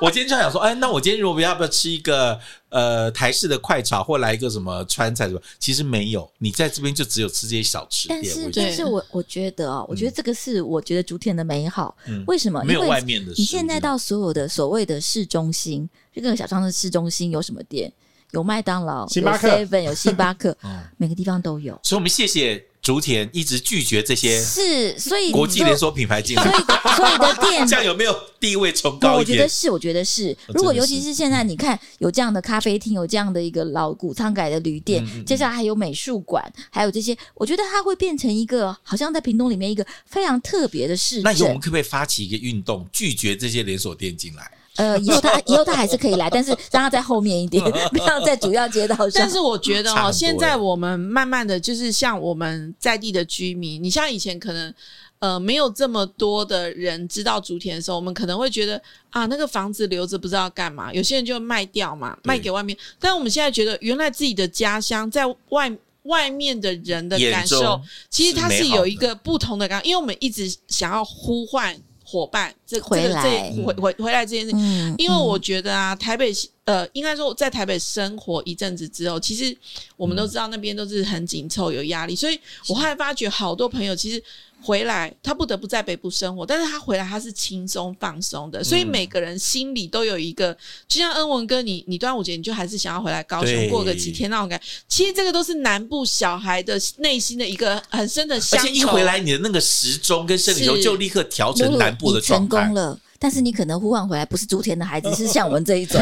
[SPEAKER 1] 我今天就想说，哎，那我今天如果要不要吃一个呃台式的快炒，或来一个什么川菜什么？其实没有，你在这边就只有吃这些小吃
[SPEAKER 2] 但
[SPEAKER 1] 店，
[SPEAKER 2] 是
[SPEAKER 1] 我觉得
[SPEAKER 2] 但是我我觉得哦，我觉得这个是我觉得竹田的美好，
[SPEAKER 1] 嗯
[SPEAKER 2] 为什么？
[SPEAKER 1] 没有
[SPEAKER 2] 因为
[SPEAKER 1] 外面的食物。，
[SPEAKER 2] 你现在到所有的所谓的市中心，这个小巷的市中心有什么店？有麦当劳、
[SPEAKER 4] 星
[SPEAKER 2] 有
[SPEAKER 4] 巴克
[SPEAKER 2] Seven、有星巴克
[SPEAKER 1] 嗯，
[SPEAKER 2] 每个地方都有。
[SPEAKER 1] 所以我们谢谢竹田一直拒绝这些
[SPEAKER 2] 是，所以
[SPEAKER 1] 国际
[SPEAKER 2] 就
[SPEAKER 1] 连锁品牌进来
[SPEAKER 2] 所，以所以的店
[SPEAKER 1] 这，样有没有地位崇
[SPEAKER 2] 那
[SPEAKER 1] 高
[SPEAKER 2] 我
[SPEAKER 1] 一
[SPEAKER 2] 觉得
[SPEAKER 1] 点？
[SPEAKER 2] 是，我觉得是。
[SPEAKER 1] 哦
[SPEAKER 2] 如果
[SPEAKER 1] 真的
[SPEAKER 2] 尤
[SPEAKER 1] 是
[SPEAKER 2] 其是现在，你看有这样的咖啡厅，有这样的一个老古仓改的旅店，
[SPEAKER 1] 嗯嗯嗯
[SPEAKER 2] 接下来还有美术馆，还有这些，我觉得它会变成一个好像在屏东里面一个非常特别的市
[SPEAKER 1] 那以后我们
[SPEAKER 2] 镇。
[SPEAKER 1] 可不可以发起一个运动，拒绝这些连锁店进来？
[SPEAKER 2] 呃，以后它以后它还是可以来， 但是让它在后面一点，不要在主要街道上。
[SPEAKER 3] 但是我觉得
[SPEAKER 1] 差很
[SPEAKER 3] 哦，
[SPEAKER 1] 多
[SPEAKER 3] 现在
[SPEAKER 1] 欸
[SPEAKER 3] 我们慢慢的就是像我们在地的居民，你像以前可能呃没有这么多的人知道竹田的时候，我们可能会觉得啊那个房子留着不知道干嘛，有些人就卖掉嘛，
[SPEAKER 1] 对
[SPEAKER 3] 卖给外面。但我们现在觉得，原来自己的家乡在外。外面的人的
[SPEAKER 1] 眼
[SPEAKER 3] 感
[SPEAKER 1] 中
[SPEAKER 3] 受，其实它
[SPEAKER 1] 是
[SPEAKER 3] 是
[SPEAKER 1] 美好的
[SPEAKER 3] 有一个不同的感，因为我们一直想要呼唤伙伴，这这
[SPEAKER 2] 回
[SPEAKER 3] 个
[SPEAKER 2] 来
[SPEAKER 3] 这回回回来这件事情，
[SPEAKER 2] 嗯，
[SPEAKER 3] 因为我觉得啊，台北呃，应该说在台北生活一阵子之后，其实我们都知道那边都是很紧凑、有压力，所以我后来发觉好多朋友其实回来，他不得不在北部生活，但是他回来他是轻松放松的，所以
[SPEAKER 1] 嗯
[SPEAKER 3] 每个人心里都有一个，就像恩文哥，你你端午节你就还是想要回来高
[SPEAKER 1] 对
[SPEAKER 3] 雄过个几天那种感觉，其实这个都是南部小孩的内心的一个很深的
[SPEAKER 1] 而
[SPEAKER 3] 乡
[SPEAKER 1] 且一
[SPEAKER 3] 愁
[SPEAKER 1] 回来，你的那个时钟跟生理钟
[SPEAKER 3] 是
[SPEAKER 1] 就立刻调
[SPEAKER 2] 如
[SPEAKER 1] 成
[SPEAKER 2] 果
[SPEAKER 1] 南部的
[SPEAKER 2] 你成
[SPEAKER 1] 状态
[SPEAKER 2] 功。了，但是你可能呼唤回来不是竹田的孩 子，是像我们这一种。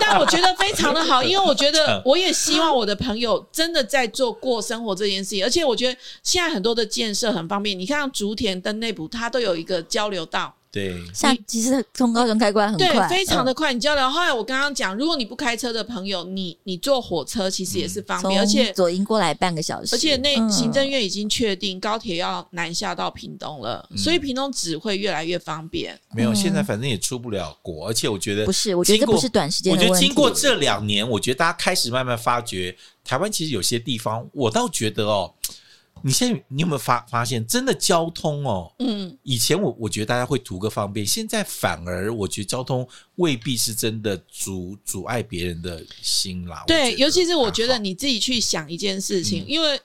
[SPEAKER 3] 但我觉得非常的好，因为我觉
[SPEAKER 1] 嗯
[SPEAKER 3] 得我也希望我的朋友真的在做过生活这件事情，而且我觉得现在很多的建设很方便，你看竹田跟内埔它都有一个交流道，
[SPEAKER 1] 对，
[SPEAKER 2] 像其实从高雄开关很
[SPEAKER 3] 对
[SPEAKER 2] 快，，嗯
[SPEAKER 3] 非常的快。你交流，后来我刚刚讲，如果你不开车的朋友，你你坐火车其实也是
[SPEAKER 2] 嗯
[SPEAKER 3] 方
[SPEAKER 2] 从
[SPEAKER 3] 便，而且
[SPEAKER 2] 左营过来半个小时，
[SPEAKER 3] 而且那
[SPEAKER 2] 嗯
[SPEAKER 3] 行政院已经确定高铁要南下到屏东了，所以屏东只会越来越方便。
[SPEAKER 1] 没
[SPEAKER 2] 嗯
[SPEAKER 1] 有，现在反正也出不了国，而且我觉得
[SPEAKER 2] 不是，我觉得
[SPEAKER 1] 经
[SPEAKER 2] 这
[SPEAKER 1] 过
[SPEAKER 2] 不是短时间
[SPEAKER 1] 我
[SPEAKER 2] 的
[SPEAKER 1] 觉
[SPEAKER 2] 问题。
[SPEAKER 1] 得经过这两年，我觉得大家开始慢慢发觉，台湾其实有些地方，我倒觉得哦，你现在你有没有发发现，真的交通哦，
[SPEAKER 3] 嗯，
[SPEAKER 1] 以前我我觉得大家会图个方便，现在反而我觉得交通未必是真的阻阻碍别人的心啦。我
[SPEAKER 3] 对，
[SPEAKER 1] 觉得
[SPEAKER 3] 尤其是我觉
[SPEAKER 1] 还
[SPEAKER 3] 得
[SPEAKER 1] 好
[SPEAKER 3] 你自己去想一件事情，
[SPEAKER 1] 嗯
[SPEAKER 3] 因为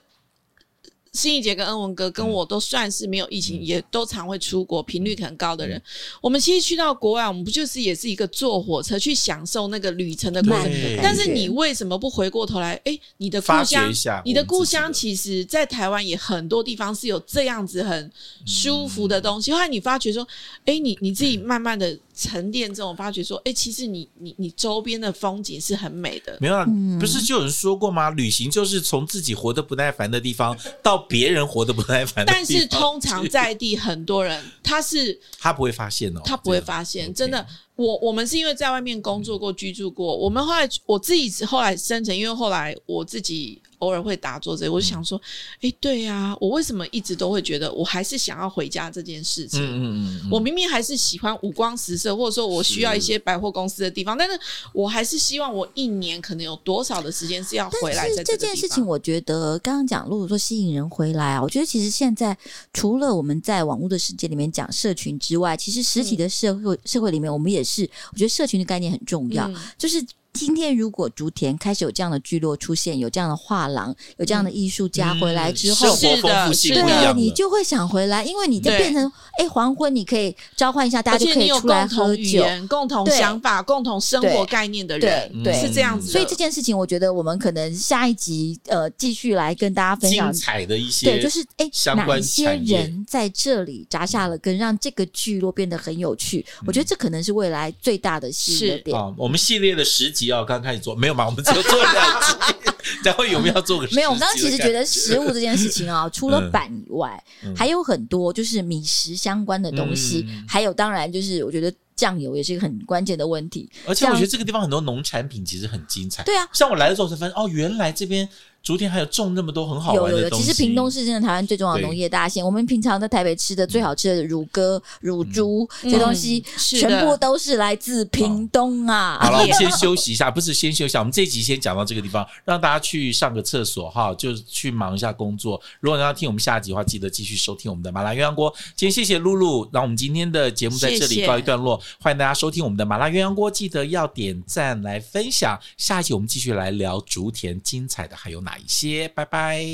[SPEAKER 3] 新怡姐跟恩文哥跟我都算是没有疫
[SPEAKER 1] 嗯
[SPEAKER 3] 情，也都常会出国，频率很高的人。我们其实去到国外，我们不就是也是一个坐火车去享受那个旅程的过程？
[SPEAKER 1] 对
[SPEAKER 3] 但是你为什么不回过头来？哎，你的
[SPEAKER 1] 发
[SPEAKER 3] 故
[SPEAKER 1] 掘
[SPEAKER 3] 乡
[SPEAKER 1] 一下我们自己的，
[SPEAKER 3] 你的故乡其实，在台湾也很多地方是有这样子很舒服的东
[SPEAKER 1] 嗯
[SPEAKER 3] 西。后来你发觉说，哎，你你自己慢慢的沉淀这种发觉说，哎，其实你你你周边的风景是很美的。
[SPEAKER 1] 没有啊，
[SPEAKER 3] 嗯
[SPEAKER 1] 不是就有人说过吗？旅行就是从自己活得不耐烦的地方到别人活得不耐烦的地
[SPEAKER 3] 但
[SPEAKER 1] 方去，
[SPEAKER 3] 是通常在地很多人，他是
[SPEAKER 1] 他不会发现哦，
[SPEAKER 3] 他不会
[SPEAKER 1] 这个
[SPEAKER 3] 发现，
[SPEAKER 1] OK
[SPEAKER 3] 真的。我我们是因为在外面工作过、居住过，我们后来我自己后来生成，因为后来我自己偶尔会打坐这些，我就想说，哎、对呀、我为什么一直都会觉得我还是想要回家这件事情？
[SPEAKER 1] 嗯嗯
[SPEAKER 3] 我明明还是喜欢五光十色，或者说我需要一些百货公司的地方，但是我还是希望我一年可能有多少的时间是要回来
[SPEAKER 2] 但是
[SPEAKER 3] 在
[SPEAKER 2] 这
[SPEAKER 3] 个地
[SPEAKER 2] 件
[SPEAKER 3] 方
[SPEAKER 2] 事情，，我觉得刚刚讲，如果说吸引人回来啊，我觉得其实现在除了我们在网络的世界里面讲社群之外，其实
[SPEAKER 3] 嗯
[SPEAKER 2] 实体的社会、社会里面，我们也是，我觉得社群的概念很重要。
[SPEAKER 3] 嗯
[SPEAKER 2] 就是今天如果竹田开始有这样的聚落出现，有这样的画廊，有这样的
[SPEAKER 3] 嗯
[SPEAKER 2] 艺术家回来之后。
[SPEAKER 1] 生活丰富性嗯
[SPEAKER 3] 是
[SPEAKER 1] 不一
[SPEAKER 3] 的
[SPEAKER 1] 样
[SPEAKER 2] 对，啊
[SPEAKER 1] 了
[SPEAKER 2] 你就会想回来，因为你就
[SPEAKER 3] 对
[SPEAKER 2] 变成哎、黄昏你可以召唤一下，大家
[SPEAKER 3] 而
[SPEAKER 2] 就
[SPEAKER 3] 且
[SPEAKER 2] 可
[SPEAKER 3] 你
[SPEAKER 2] 以
[SPEAKER 3] 有
[SPEAKER 2] 出来
[SPEAKER 3] 共
[SPEAKER 2] 喝
[SPEAKER 3] 同语
[SPEAKER 2] 酒。
[SPEAKER 3] 言、共同
[SPEAKER 2] 对
[SPEAKER 3] 想法、共同生活
[SPEAKER 2] 对
[SPEAKER 3] 概念的
[SPEAKER 2] 对
[SPEAKER 3] 人，
[SPEAKER 2] 对
[SPEAKER 3] 是这样子的。
[SPEAKER 2] 所以这件事情，我觉得我们可能下一集呃继续来跟大家分享
[SPEAKER 1] 精彩的一些，
[SPEAKER 2] 对，就是哎，
[SPEAKER 1] 相
[SPEAKER 2] 哪
[SPEAKER 1] 关
[SPEAKER 2] 一些
[SPEAKER 1] 产业
[SPEAKER 2] 人在这里扎下了根，让这个聚落变得很有趣？我
[SPEAKER 1] 嗯
[SPEAKER 2] 觉得这可能是未来最大的吸引的
[SPEAKER 3] 是
[SPEAKER 2] 点。
[SPEAKER 1] 啊，我们系列的十集啊，刚开始做没有嘛？我们只有做两 集，然后有没有要做个十集的概念？
[SPEAKER 2] 没有，我刚刚其实觉得食物这件事 情啊，除了板以外，
[SPEAKER 1] 嗯
[SPEAKER 2] 还有很多就是米食相关的东西，
[SPEAKER 1] 嗯
[SPEAKER 2] 还有当然就是我觉得酱油也是一个很关键的问题。
[SPEAKER 1] 而且我觉得这个地方很多农产品其实很精彩。
[SPEAKER 2] 对啊，
[SPEAKER 1] 像我来的时候才发现，哦，原来这边竹田还有种那么多很好
[SPEAKER 2] 有
[SPEAKER 1] 玩
[SPEAKER 2] 有
[SPEAKER 1] 的
[SPEAKER 2] 有，
[SPEAKER 1] 东
[SPEAKER 2] 其
[SPEAKER 1] 西。嗯
[SPEAKER 2] 实屏东是真的台湾最重要的农业大县。我们平常在台北吃的最好吃的乳鸽、乳猪、这东西，
[SPEAKER 3] 嗯是的
[SPEAKER 2] 全部都是来自
[SPEAKER 1] 哦
[SPEAKER 2] 屏东啊。
[SPEAKER 1] 好了，我们先休息一下，不是先休息一下，我们这一集先讲到这个地方，让大家去上个厕所哈，就去忙一下工作。如果你要听我们下一集的话，记得继续收听我们的麻辣鸳鸯锅。今天谢谢露露，那我们今天的节目在这
[SPEAKER 3] 谢
[SPEAKER 1] 里
[SPEAKER 3] 谢
[SPEAKER 1] 告一段落，欢迎大家收听我们的麻辣鸳鸯锅，记得要点赞来分享。下一集我们继续来聊竹田精彩的还有哪一些，拜拜。